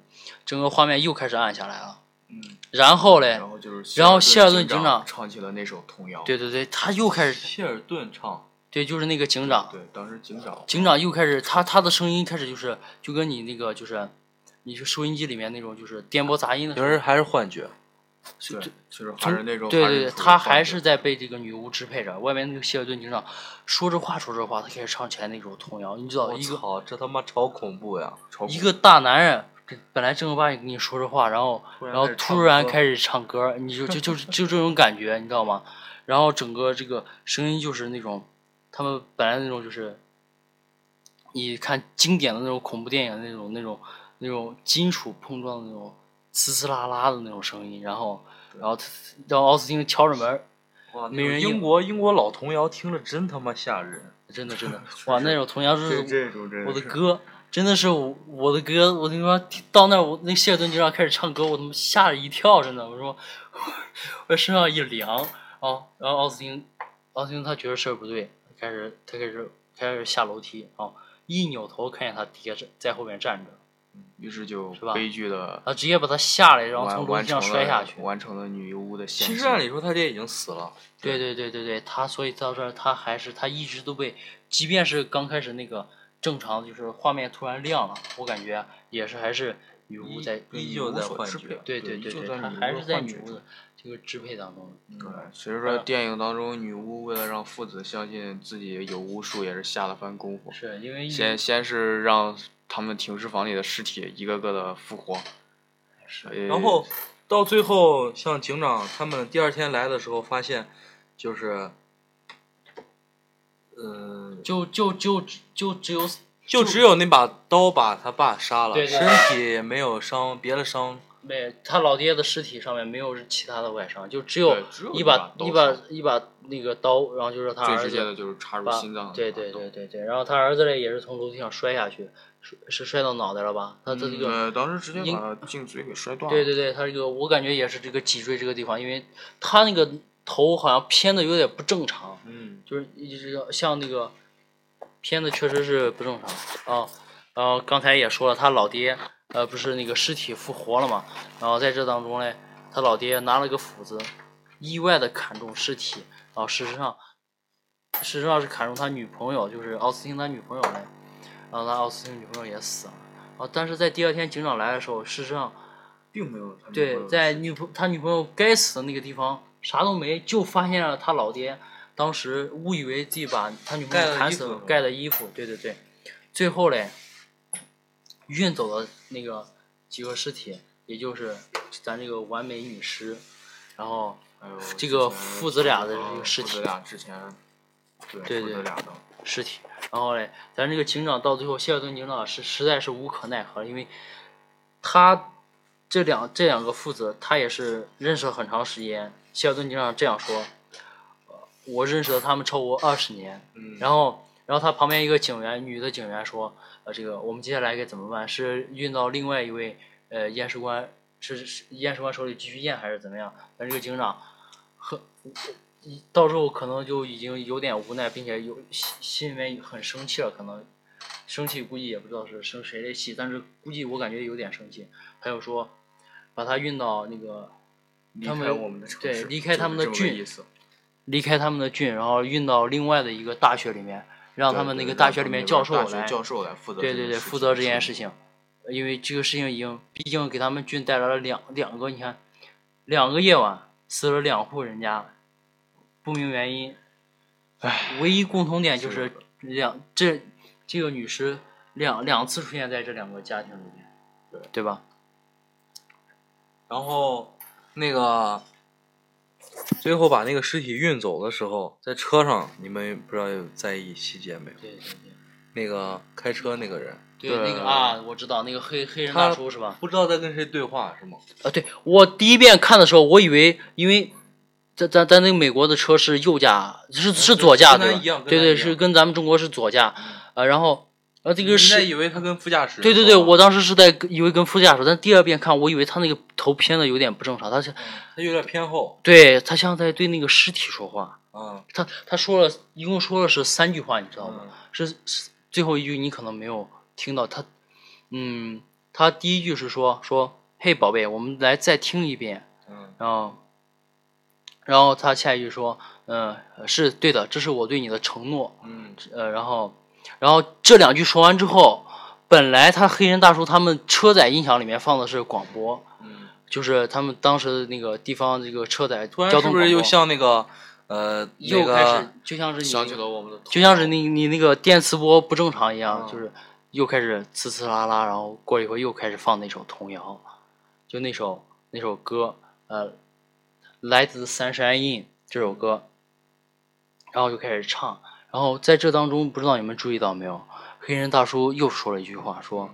整个画面又开始暗下来了。
嗯。
然后嘞
然，后就是，
然后谢尔顿
警
警长
唱起了那首童谣。
对对对，他又开始，
谢尔顿唱，
对，就是那个警长，
对，当时警长
警长又开始，他他的声音开始就是就跟你那个就是，你是收音机里面那种就是电波杂音的
有人还是幻觉。
对，就是还是那种，
对
还
对
是
对，
属于
他
放
还
纵
是在被这个女巫支配着。外面那个谢尔顿警长说着话说着话，他开始唱起来那首童谣，你知道
我
一个
操，这他妈超恐怖呀！
超
一
过
个大男人，这本来正儿八经跟你说着话，然后
突然
然后
开始唱
突然
歌
开始唱歌，你就就就是就这种感觉，你知道吗？然后整个这个声音就是那种，他们本来那种就是，你看经典的那种恐怖电影那种那种那种金属碰撞的那种呲呲啦啦的那种声音，然后然后然后奥斯汀敲着门儿，
哇，
没人
英
应
国英国老童谣听着真他妈吓人，
真的真的，哇，那首童谣
这
是
这种真
我的
是
歌，真的是我我的歌，我他妈听到那儿我那谢尔顿局长开始唱歌，我他妈吓了一跳，真的，我说 我身上一凉，啊，然后奥斯汀，奥斯汀他觉得事儿不对，开始他开始开始下楼梯啊，一扭头看见他爹在在后面站着，
于是就是
吧
悲剧的
他直接把他吓来，然后从
完
楼
完
梯上
成
摔下去
了，。完成了女优屋的现
其
实。
实按理说他爹已经死了，
对对对对对，他所以到这儿他还是他一直都被，即便是刚开始那个正常就是画面突然亮了，我感觉啊也是还是女巫
依
在
依
女
旧
巫
在
所
幻
支配
觉
对
对依
对
旧
对，
在
他
女巫
还
的
是在
幻
女
觉
巫的这个支配当中。
嗯
对，其实说电影当中，女巫为了让父子相信自己有巫术，也是下了番功夫。
是因为
先先是让他们停尸房里的尸体一个个的复活，呃
然后到最后，像警长他们第二天来的时候，发现就是，呃，
就就就就只有
就只有那把刀把他爸杀了，
对对
身体也没有伤，别的伤。
没他老爹的尸体上面没有其他的外伤，就只有
对只有
一
一
把
把刀
一把
伤
一把那个刀，然后就是他
最
儿
直接
子
的就是插入
把
心脏的
对
那把
对
刀
对对对，然后他儿子嘞也是从楼梯上摔下去，是是摔到脑袋了吧？他他这个、
呃，当时直接
应
把颈椎给摔断了。
对对对，他这个我感觉也是这个脊椎这个地方，因为他那个头好像偏的有点不正常，
嗯，
就是一直要像那个偏的确实是不正常啊。然后刚才也说了，他老爹呃不是那个尸体复活了嘛，然后在这当中嘞，他老爹拿了个斧子，意外的砍中尸体，然后事实上事实上是砍中他女朋友，就是奥斯汀他女朋友嘞，然后他奥斯汀女朋友也死了。然后但是在第二天警长来的时候，事实上。
并没有。
对，在女朋他女朋友该死的那个地方啥都没，就发现了他老爹当时误以为自己把他女朋
盖
友
了
砍
衣
死
服
了，盖的衣服，对对对，最后嘞，运走了那个几个尸体，也就是咱这个完美女尸，然后
还有
这个
之前
父子俩的这个尸
父
体
子俩之前对
对
父
对
子俩的
尸体，然后嘞，咱这个警长到最后，谢尔顿警长是实在是无可奈何，因为他这两这两个父子，他也是认识了很长时间。谢尔顿警长这样说：“呃我认识了他们超过二十年。”
嗯，
然后，然后他旁边一个警员，女的警员说：“呃，这个我们接下来该怎么办？是运到另外一位呃验尸官，是是验尸官手里继续验，还是怎么样？”但这个警长很一到时候可能就已经有点无奈，并且有心心里面很生气了，可能生气估计也不知道是生谁的气，但是估计我感觉有点生气。还有说，把他运到那个
离
他
开
们
我们的城
对
市
离开
就是
他们的
这么个
郡
意思
离开他们的郡，然后运到另外的一个大学里面，让
对
他们
对
那个
让
大
他
学里
们
面
那边
教授
大学
来，
教授来负责
对
这
对
个
对，
事
负
情
责这件
是
事情，因为这个事情已经，毕竟给他们郡带来了两两个，你看，两个夜晚死了两户人家，不明原因，唯一共同点就是
是
两这这个女尸两两次出现在这两个家庭里面，
对
对吧？
然后那个最后把那个尸体运走的时候，在车上，你们不知道有在意细节没有？
对对对。
那个开车那个人，
对那个
对
啊，我知道那个黑黑人
他
大叔是吧？
不知道在跟谁对话是吗？
啊，对我第一遍看的时候，我以为因为咱咱咱那个美国的车是右驾，是是
是
左
啊
驾
跟咱
对吧
一样？跟嗯
对
咱
对，
一
是
样
跟咱们中国是左驾，呃，然后呃这
这在
个是，
以为他跟副驾驶说话。
对对对，我当时是在以为跟副驾驶，但第二遍看，我以为他那个头偏的有点不正常，他是
他有点偏后
对他像在对那个尸体说话，
啊。
他他说了一共说了是三句话，你知道吗？
嗯
是是最后一句你可能没有听到他，嗯，他第一句是说说嘿宝贝，我们来再听一遍，
嗯
然后，然后他下一句说，嗯、是对的，这是我对你的承诺，
嗯
呃，然后，然后这两句说完之后，本来他黑人大叔他们车载音响里面放的是广播，
嗯。
就是他们当时那个地方这个车载
突
交
然是
通广
不
播，
是又像那个呃那
又开始
个
就像是你
想起了我们的
就像是你你那个电磁波不正常一样，
嗯
就是又开始呲呲啦啦，然后过了一会儿又开始放那首童谣，就那首那首歌，呃，来自 Sunshine In 这首歌，然后就开始唱，然后在这当中不知道你们注意到没有，黑人大叔又说了一句话，说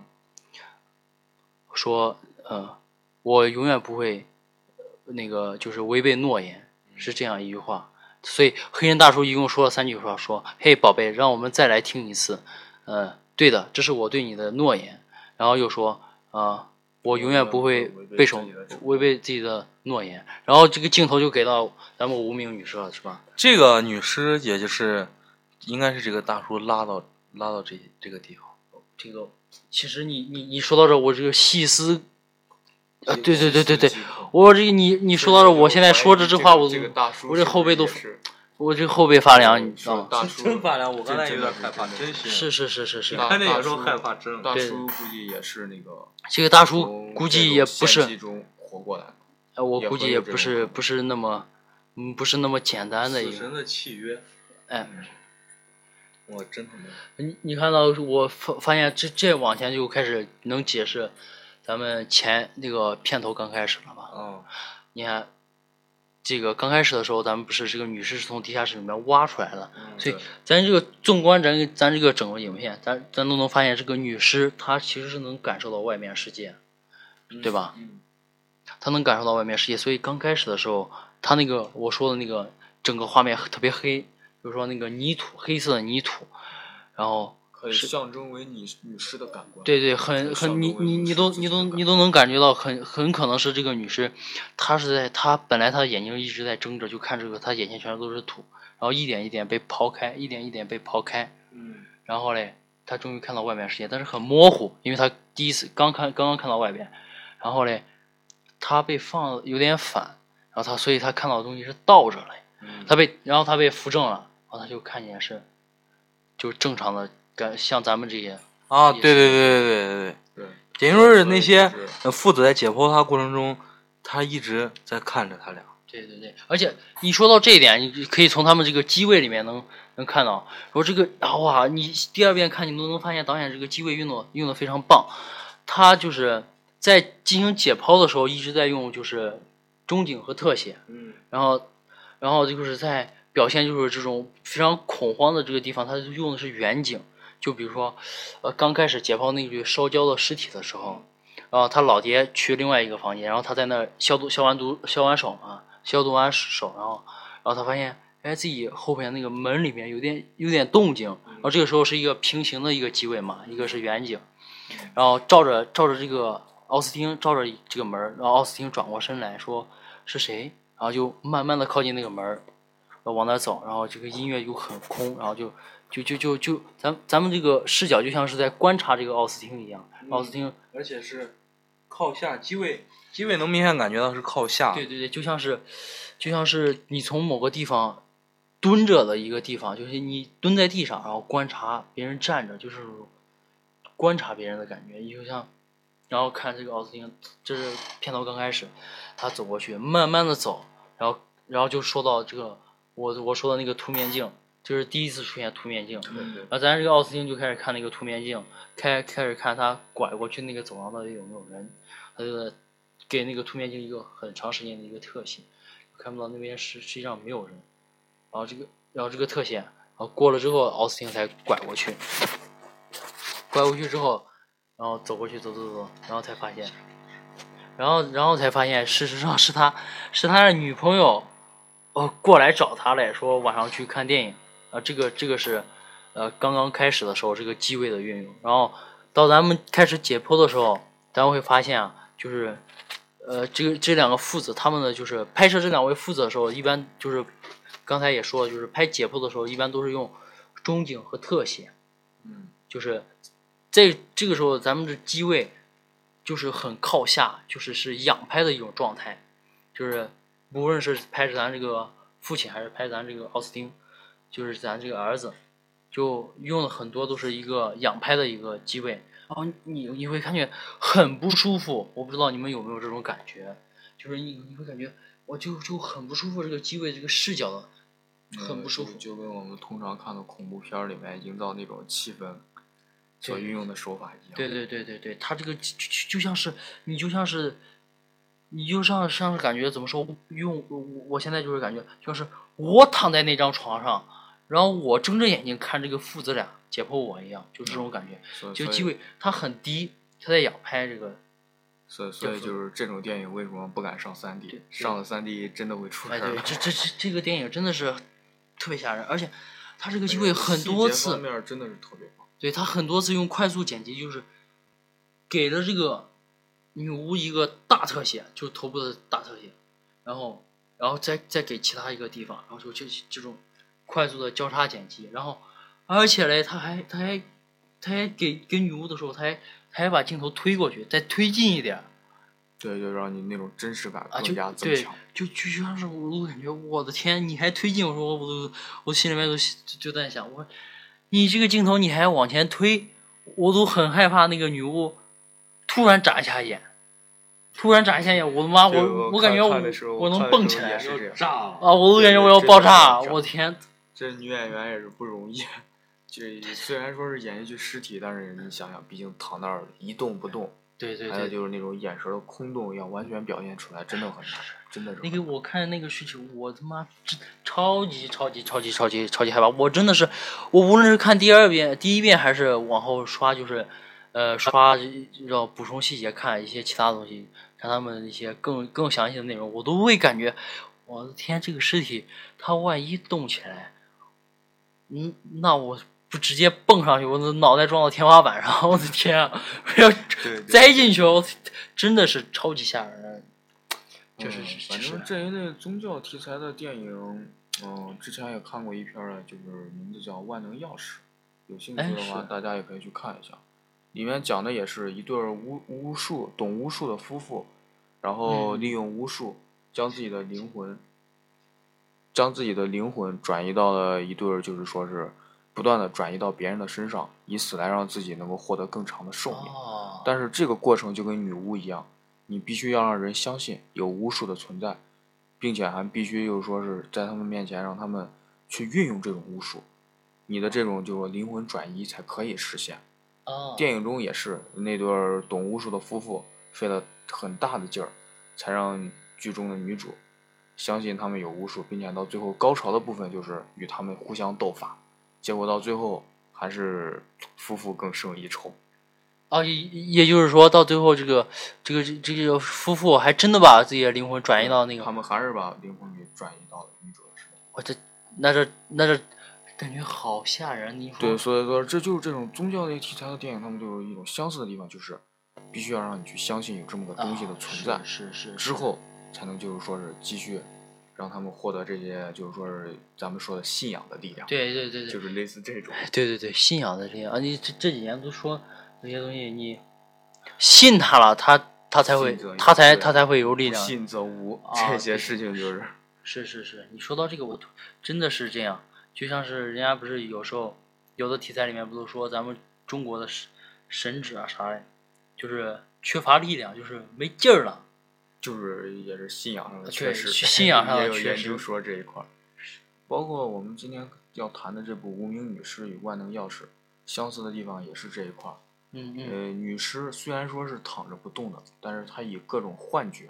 说呃，我永远不会呃那个就是违背诺言，是这样一句话。所以黑人大叔一共说了三句话，说：“嘿，宝贝，让我们再来听一次。”呃，对的，这是我对你的诺言。然后又说：“啊、我永远不会
违
背
背自
手
己的承诺
违背自己的诺言。”然后这个镜头就给到咱们无名女士了，是吧？
这个女师也就是，应该是这个大叔拉到拉到这这个地方。
这个其实你你你说到这儿，我这个细思，啊，对对对对对，我这个你你说到这儿，我现在说着这话，我
这个大叔
我这
是
后
不
背
是
都
也是
我这后背发凉，你知
是
道吗？
大叔
真发凉我刚才
这
有
真的
点害怕
是
这个
真
是
是
是是是是，
大
看那
大
有时候
叔
害怕，真的
大
对
叔估计也是那个
这个大叔
从
估
嗯这
计
种
也
献
不是
祭，中活过来的。
呃我
也
估计
会
也
有这
不
种
是
可能
不是那么，嗯，不是那么简单的一
死
个。
神的契约，
哎，
我真他妈
你你看到我发发现这这往前就开始能解释咱们前那个片头刚开始了吧？
啊，
你看，这个刚开始的时候，咱们不是这个女士是从地下室里面挖出来的，
嗯
所以
对
咱这个纵观咱咱这个整个影片，咱咱都能发现这个女尸她其实是能感受到外面世界，对吧？
嗯
他能感受到外面世界，所以刚开始的时候，他那个我说的那个整个画面特别黑，比如说那个泥土，黑色的泥土，然后
可以象征为女女尸的感官。
对对，很
就
很
上
你
周围
你
都
你
是
都
自
你都你
己的感
都能感觉到很很可能是这个女尸，她是在她本来她的眼睛一直在睁着，就看这个，她眼前全都是土，然后一点一点被刨开，一点一点被刨开，
嗯，
然后嘞，他终于看到外面世界，但是很模糊，因为他第一次刚看刚刚看到外边，然后嘞，他被放有点反，然后他所以他看到的东西是倒着嘞，
嗯
他被然后他被扶正了，然后他就看见是，就是正常的感，像咱们这些
啊，
也
对对
是
对对对对
对，
也就是
所
那
以
些
就是
呃父子在解剖他过程中，他一直在看着他俩。
对对对，而且你说到这一点，你可以从他们这个机位里面能能看到，说这个啊哇，你第二遍看你都能发现导演这个机位运动用的非常棒，他就是在进行解剖的时候一直在用就是中景和特写，
嗯
然后然后就是在表现就是这种非常恐慌的这个地方，他就用的是远景，就比如说呃刚开始解剖那具烧焦的尸体的时候，然后他老爹去另外一个房间，然后他在那儿消毒消完毒消完手嘛，消毒完手，然后然后他发现哎自己后边那个门里面有点有点动静，然后这个时候是一个平行的一个机位嘛，一个是远景，然后照着照着这个奥斯汀照着这个门儿，然后奥斯汀转过身来说是谁，然后就慢慢的靠近那个门儿，然后往那儿走，然后这个音乐又很空，然后就就就就就咱咱们这个视角就像是在观察这个奥斯汀一样，奥斯汀
而且是靠下机位，
机位能明显感觉到是靠下，
对对对，就像是就像是你从某个地方。蹲着的一个地方，就是你蹲在地上，然后观察别人站着，就是观察别人的感觉，你就像，然后看这个奥斯汀，这是片头刚开始，他走过去，慢慢的走，然后然后就说到这个我我说的那个凸面镜，这是第一次出现凸面镜，然后咱这个奥斯汀就开始看那个凸面镜，开开始看他拐过去那个走廊到底有没有人，他就给那个凸面镜一个很长时间的一个特写，看不到那边实实际上没有人，然后这个然后这个特写，然后过了之后奥斯汀才拐过去，拐过去之后，然后走过去走走走，然后才发现，然后然后才发现事实上是他是他的女朋友，呃过来找他来说晚上去看电影，啊、这个这个是呃刚刚开始的时候这个机位的运用，然后到咱们开始解剖的时候，咱们会发现啊，就是呃，这个这两个父子他们的就是拍摄这两位父子的时候，一般就是刚才也说了，就是拍解剖的时候，一般都是用中景和特写。
嗯，
就是在这个时候，咱们的机位就是很靠下，就是是仰拍的一种状态，就是无论是拍咱这个父亲，还是拍咱这个奥斯汀，就是咱这个儿子，就用的很多都是一个仰拍的一个机位，然后你你会感觉很不舒服，我不知道你们有没有这种感觉，就是你你会感觉我就就很不舒服，这个机位这个视角的很不舒服。
嗯就跟我们通常看的恐怖片儿里面营造那种气氛所
对
运用的手法一样。
对对对对对，他这个就就就像是你就像是你就像像是感觉怎么说？用我我现在就是感觉就是我躺在那张床上，然后我睁着眼睛看这个父子俩解剖我一样，就是这种感觉。
嗯所以，
就
所以
机位它很低，它在仰拍这个
所以所以就是这种电影为什么不敢上三 D？上了三 D 真的会出
哎，
事儿
对，
的。
这这这这个电影真的是特别吓人，而且他这个机
因
会
为
很多次，
方面儿真的是特别棒。
对他很多次用快速剪辑，就是给了这个女巫一个大特写，就是头部的大特写，然后然后再再给其他一个地方，然后就这这种快速的交叉剪辑，然后而且嘞，他还他还他还给给女巫的时候，他还他还把镜头推过去，再推进一点儿
对，就让你那种真实感
啊，就
更加增
对
强。，
就就像是我都感觉我的天，你还推进，我说我都我心里面都就就在想我，你这个镜头你还往前推，我都很害怕那个女巫突然眨一下眼，突然眨一下眼，我的妈，
对
我
我
感
看
觉
看的时候
我
我
能
看的
蹦起
时候
来
也是这样
炸
啊，我都感觉我要
真的
爆
是这
炸，
样
我天，
这女演员也是不容易，这虽然说是演一具尸体，但是你想想，毕竟躺那儿一动不动，
对对
还有
对，
就是那种眼神的空洞，要完全表现出来，真的很难，真的是
那
很
个
难。
我看那个需求，我他妈真超级超级超级超级超级害怕，我真的是，我无论是看第二遍、第一遍，还是往后刷，就是，呃，刷要补充细节，看一些其他东西，看他们一些更更详细的内容，我都会感觉，我的天，这个尸体它万一动起来，嗯，那我。不直接蹦上去，我的脑袋撞到天花板上，我的天啊！我要
对对
栽进去，我真的是超级吓人，就是
嗯
就
反
是
正这一类宗教题材的电影，嗯，之前也看过一篇儿了，就是名字叫《万能钥匙》，有兴趣
哎
的话，
是
大家也可以去看一下。里面讲的也是一对儿巫巫术懂巫术的夫妇，然后
嗯
利用巫术将自己的灵魂，将自己的灵魂转移到了一对儿，就是说是不断的转移到别人的身上，以此来让自己能够获得更长的寿命。
哦，
但是这个过程就跟女巫一样，你必须要让人相信有巫术的存在，并且还必须就是说是在他们面前让他们去运用这种巫术，你的这种就是说灵魂转移才可以实现。
哦
电影中也是那对儿懂巫术的夫妇费了很大的劲儿，才让剧中的女主相信他们有巫术，并且到最后高潮的部分就是与他们互相斗法，结果到最后还是夫妇更胜一筹。
哦，也也就是说，到最后这个这个这个夫妇还真的把自己的灵魂转移到那
他
个，
们还是把灵魂给转移到了女主的身上。
我这那这那这感觉好吓人，你说
对，所以说这就是这种宗教类题材的电影，他们就有一种相似的地方，就是必须要让你去相信有这么个
啊
东西的存在，
是是是
之后才能就是说是继续让他们获得这些就是说是咱们说的信仰的力量，，
对对对对，
就是类似这种。
对对对，信仰的这些啊，你这这几年都说有些东西，你信他了，他他才会
信则有
他才
对
他才会有力
不
量，
信则无，
啊
这些事情就是
是是是，你说到这个，我突真的是这样，就像是人家不是有时候有的题材里面不都说咱们中国的神神职啊啥的，就是缺乏力量，就是没劲儿了。
就是也是信仰上的
对
缺失，
信仰上的
也有
缺
研
失
究说这一块儿。包括我们今天要谈的这部《无名女尸与万能钥匙》，相似的地方也是这一块儿。
嗯嗯，
呃，女尸虽然说是躺着不动的，但是她以各种幻觉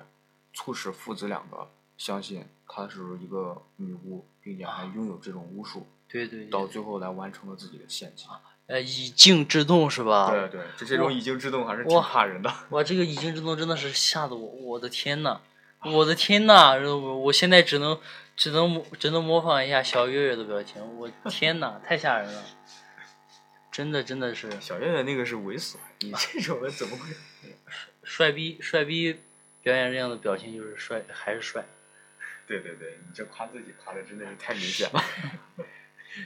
促使父子两个相信她是一个女巫，并且
啊
还拥有这种巫术，
对对
到
对，
最后来完成了自己的陷阱。
呃，以静制动是吧？
对对，这这
啊我
种以静制动还是挺
我
怕人的。
哇，这个以静制动真的是吓得我，我的天呐，我的天呐！然后我我现在只能只能模只能模仿一下小月月的表情，我天呐，太吓人了，真的真的是。
小月月那个是猥琐，你这种的怎么会？
帅逼帅逼表演这样的表情就是帅还是帅，
对对对，你这夸自己夸的真的是太明显 了。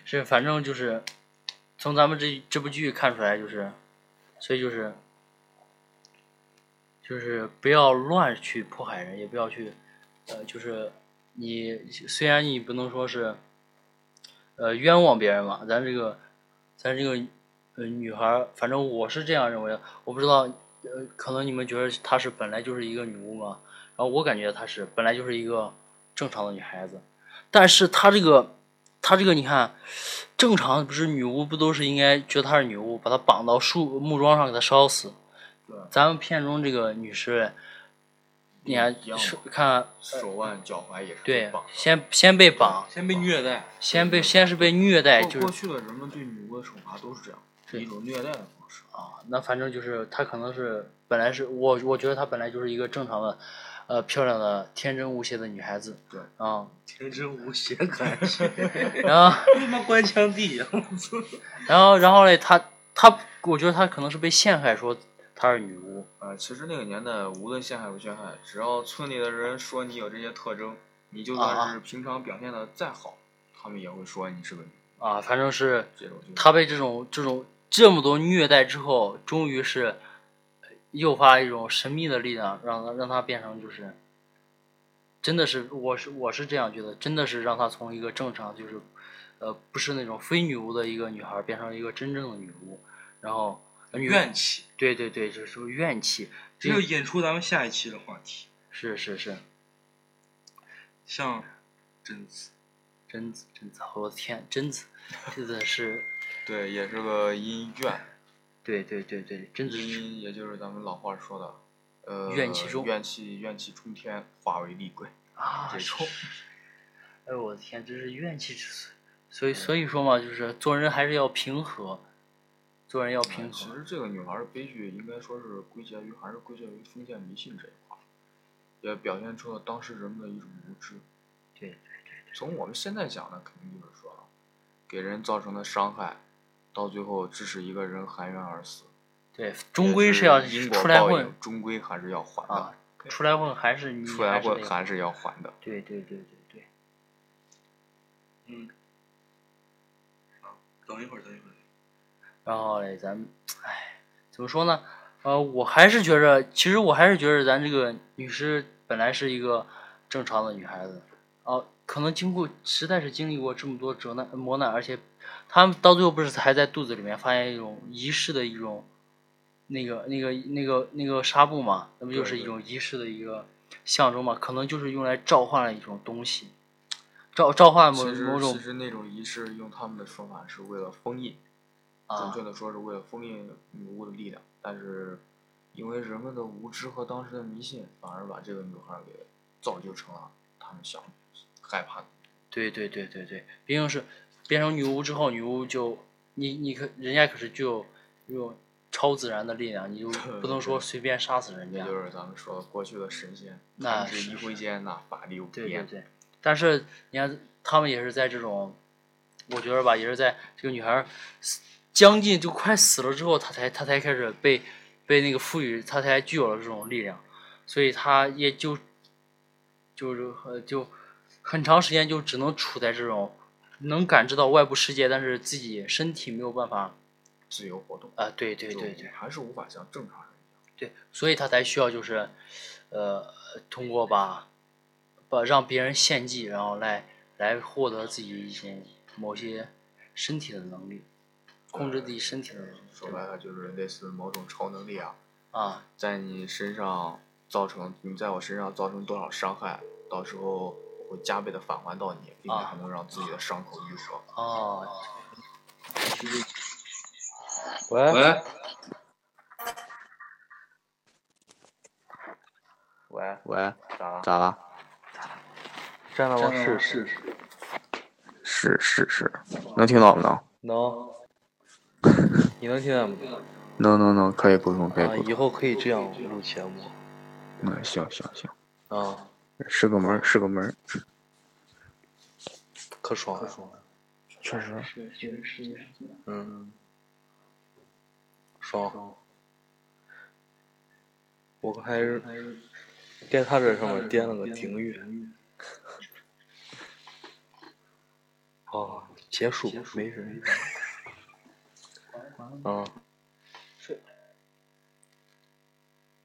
是反正就是从咱们这这部剧看出来就是，所以就是就是不要乱去迫害人，也不要去呃就是你虽然你不能说是呃冤枉别人嘛，咱这个咱这个呃女孩儿，反正我是这样认为的，我不知道呃可能你们觉得她是本来就是一个女巫嘛，然后我感觉她是本来就是一个正常的女孩子，但是她这个她这个你看，正常不是女巫不都是应该觉得她是女巫，把她绑到树木桩上给她烧死
对？
咱们片中这个女尸，你看
一样
是
嘛
看
手腕、脚踝也是
对
绑，的。
先先被绑，
先被虐待，
先被先是被虐待，
过
就
过
是
去的人们对女巫的惩罚都是这样，
是
一种虐待的方式。
啊，那反正就是她可能是本来是我，我觉得她本来就是一个正常的，呃，漂亮的、天真无邪的女孩子。
对
啊，
天真无邪，感觉
然后，
他妈官腔地呀！我操
然后，然后嘞，她她，我觉得她可能是被陷害，说她是女巫。
啊，其实那个年代，无论陷害不陷害，只要村里的人说你有这些特征，你就
啊
算
啊
是平常表现的再好，他们也会说你是个女。
啊，反正是
这种就是
她被这种这种这么多虐待之后，终于是诱发一种神秘的力量，让她让她变成就是，真的是我是我是这样觉得，真的是让她从一个正常就是，呃，不是那种非女巫的一个女孩儿，变成一个真正的女巫，然后呃女
怨气，
对对对，就是说怨气，
这就引出咱们下一期的话题，
是是是，
像贞子。
贞子贞子，我的天，贞子真的是，
对，也是个阴怨，
对对对对，贞子
嗯
是
阴也就是咱们老话说的，呃，
怨气中
怨气怨气冲天，化为厉鬼。
啊
这，是
冲！哎呦我的天，这是怨气之所，所以所以说嘛，就是做人还是要平和，做人要
嗯
平
其
和。
实这个女孩儿的悲剧应该说是归结于还是归结于封建迷信这一块儿，也表现出了当时人们的一种无知。
对对
从我们现在讲呢，肯定就是说了，给人造成的伤害，到最后致使一个人含冤而死。
对，
也
终归
是
要
因果
出来
报
混
应，终归还是要还的。
啊，出来混还是你
出来
还是
混
得
还是要还的。
对对对对对，
嗯，好，等一会儿，等一会儿。
然后嘞，咱们，哎，怎么说呢？呃，我还是觉着，其实我还是觉着咱这个女尸本来是一个正常的女孩子，哦、可能经过实在是经历过这么多折难磨难，而且她们到最后不是还在肚子里面发现一种仪式的一种那个那个那个那个纱布嘛，那不就是
对
一
对
种仪式的一个象征嘛？可能就是用来召唤了一种东西，召召唤某
其实
某种
其实那种仪式，用他们的说法是为了封印，准
啊
确的说是为了封印女巫的力量。但是因为人们的无知和当时的迷信，反而把这个女孩儿给造就成了他们想害怕的。
对对对对对，毕竟是变成女巫之后，女巫就你你可人家可是具有具有超自然的力量，你就不能说随便杀死人
也
家。
就是咱们说的过去的神仙，
那
他们是
是
一
是
挥间呐，法力无
对对
边。
对，但是你看他们也是在这种，我觉得吧，也是在这个女孩儿死将近就快死了之后，她才她才开始被被那个赋予，她才具有了这种力量，所以她也就就是呃就很长时间就只能处在这种能感知到外部世界，但是自己身体没有办法
自由活动。
啊、对对
就
对对
还是无法像正常人一样。
对，所以她才需要就是呃通过把把让别人献祭，然后来来获得自己一些某些身体的能力，控制自己身体的能力，
说
对
白
吧？
了就是类似某种超能力啊，
啊，
在你身上造成，你在我身上造成多少伤害，到时候我会加倍的返还到你，并且
啊
还能让自己的伤口愈合。
哦，
喂
喂，
喂，
喂，
咋了？
咋了？
站那
站
往
那
试
往
试试，
是是是，能听到不能？
能？ 你能听见吗？
能能能，可以沟通，可以
啊，
沟通。
以后可以这样录节目
嗯，行行行，
啊，
是个门儿，是个门儿，
可爽了，
确实。
嗯，爽。我刚才是在他这上面点了个订阅。哦，结束，没事。啊，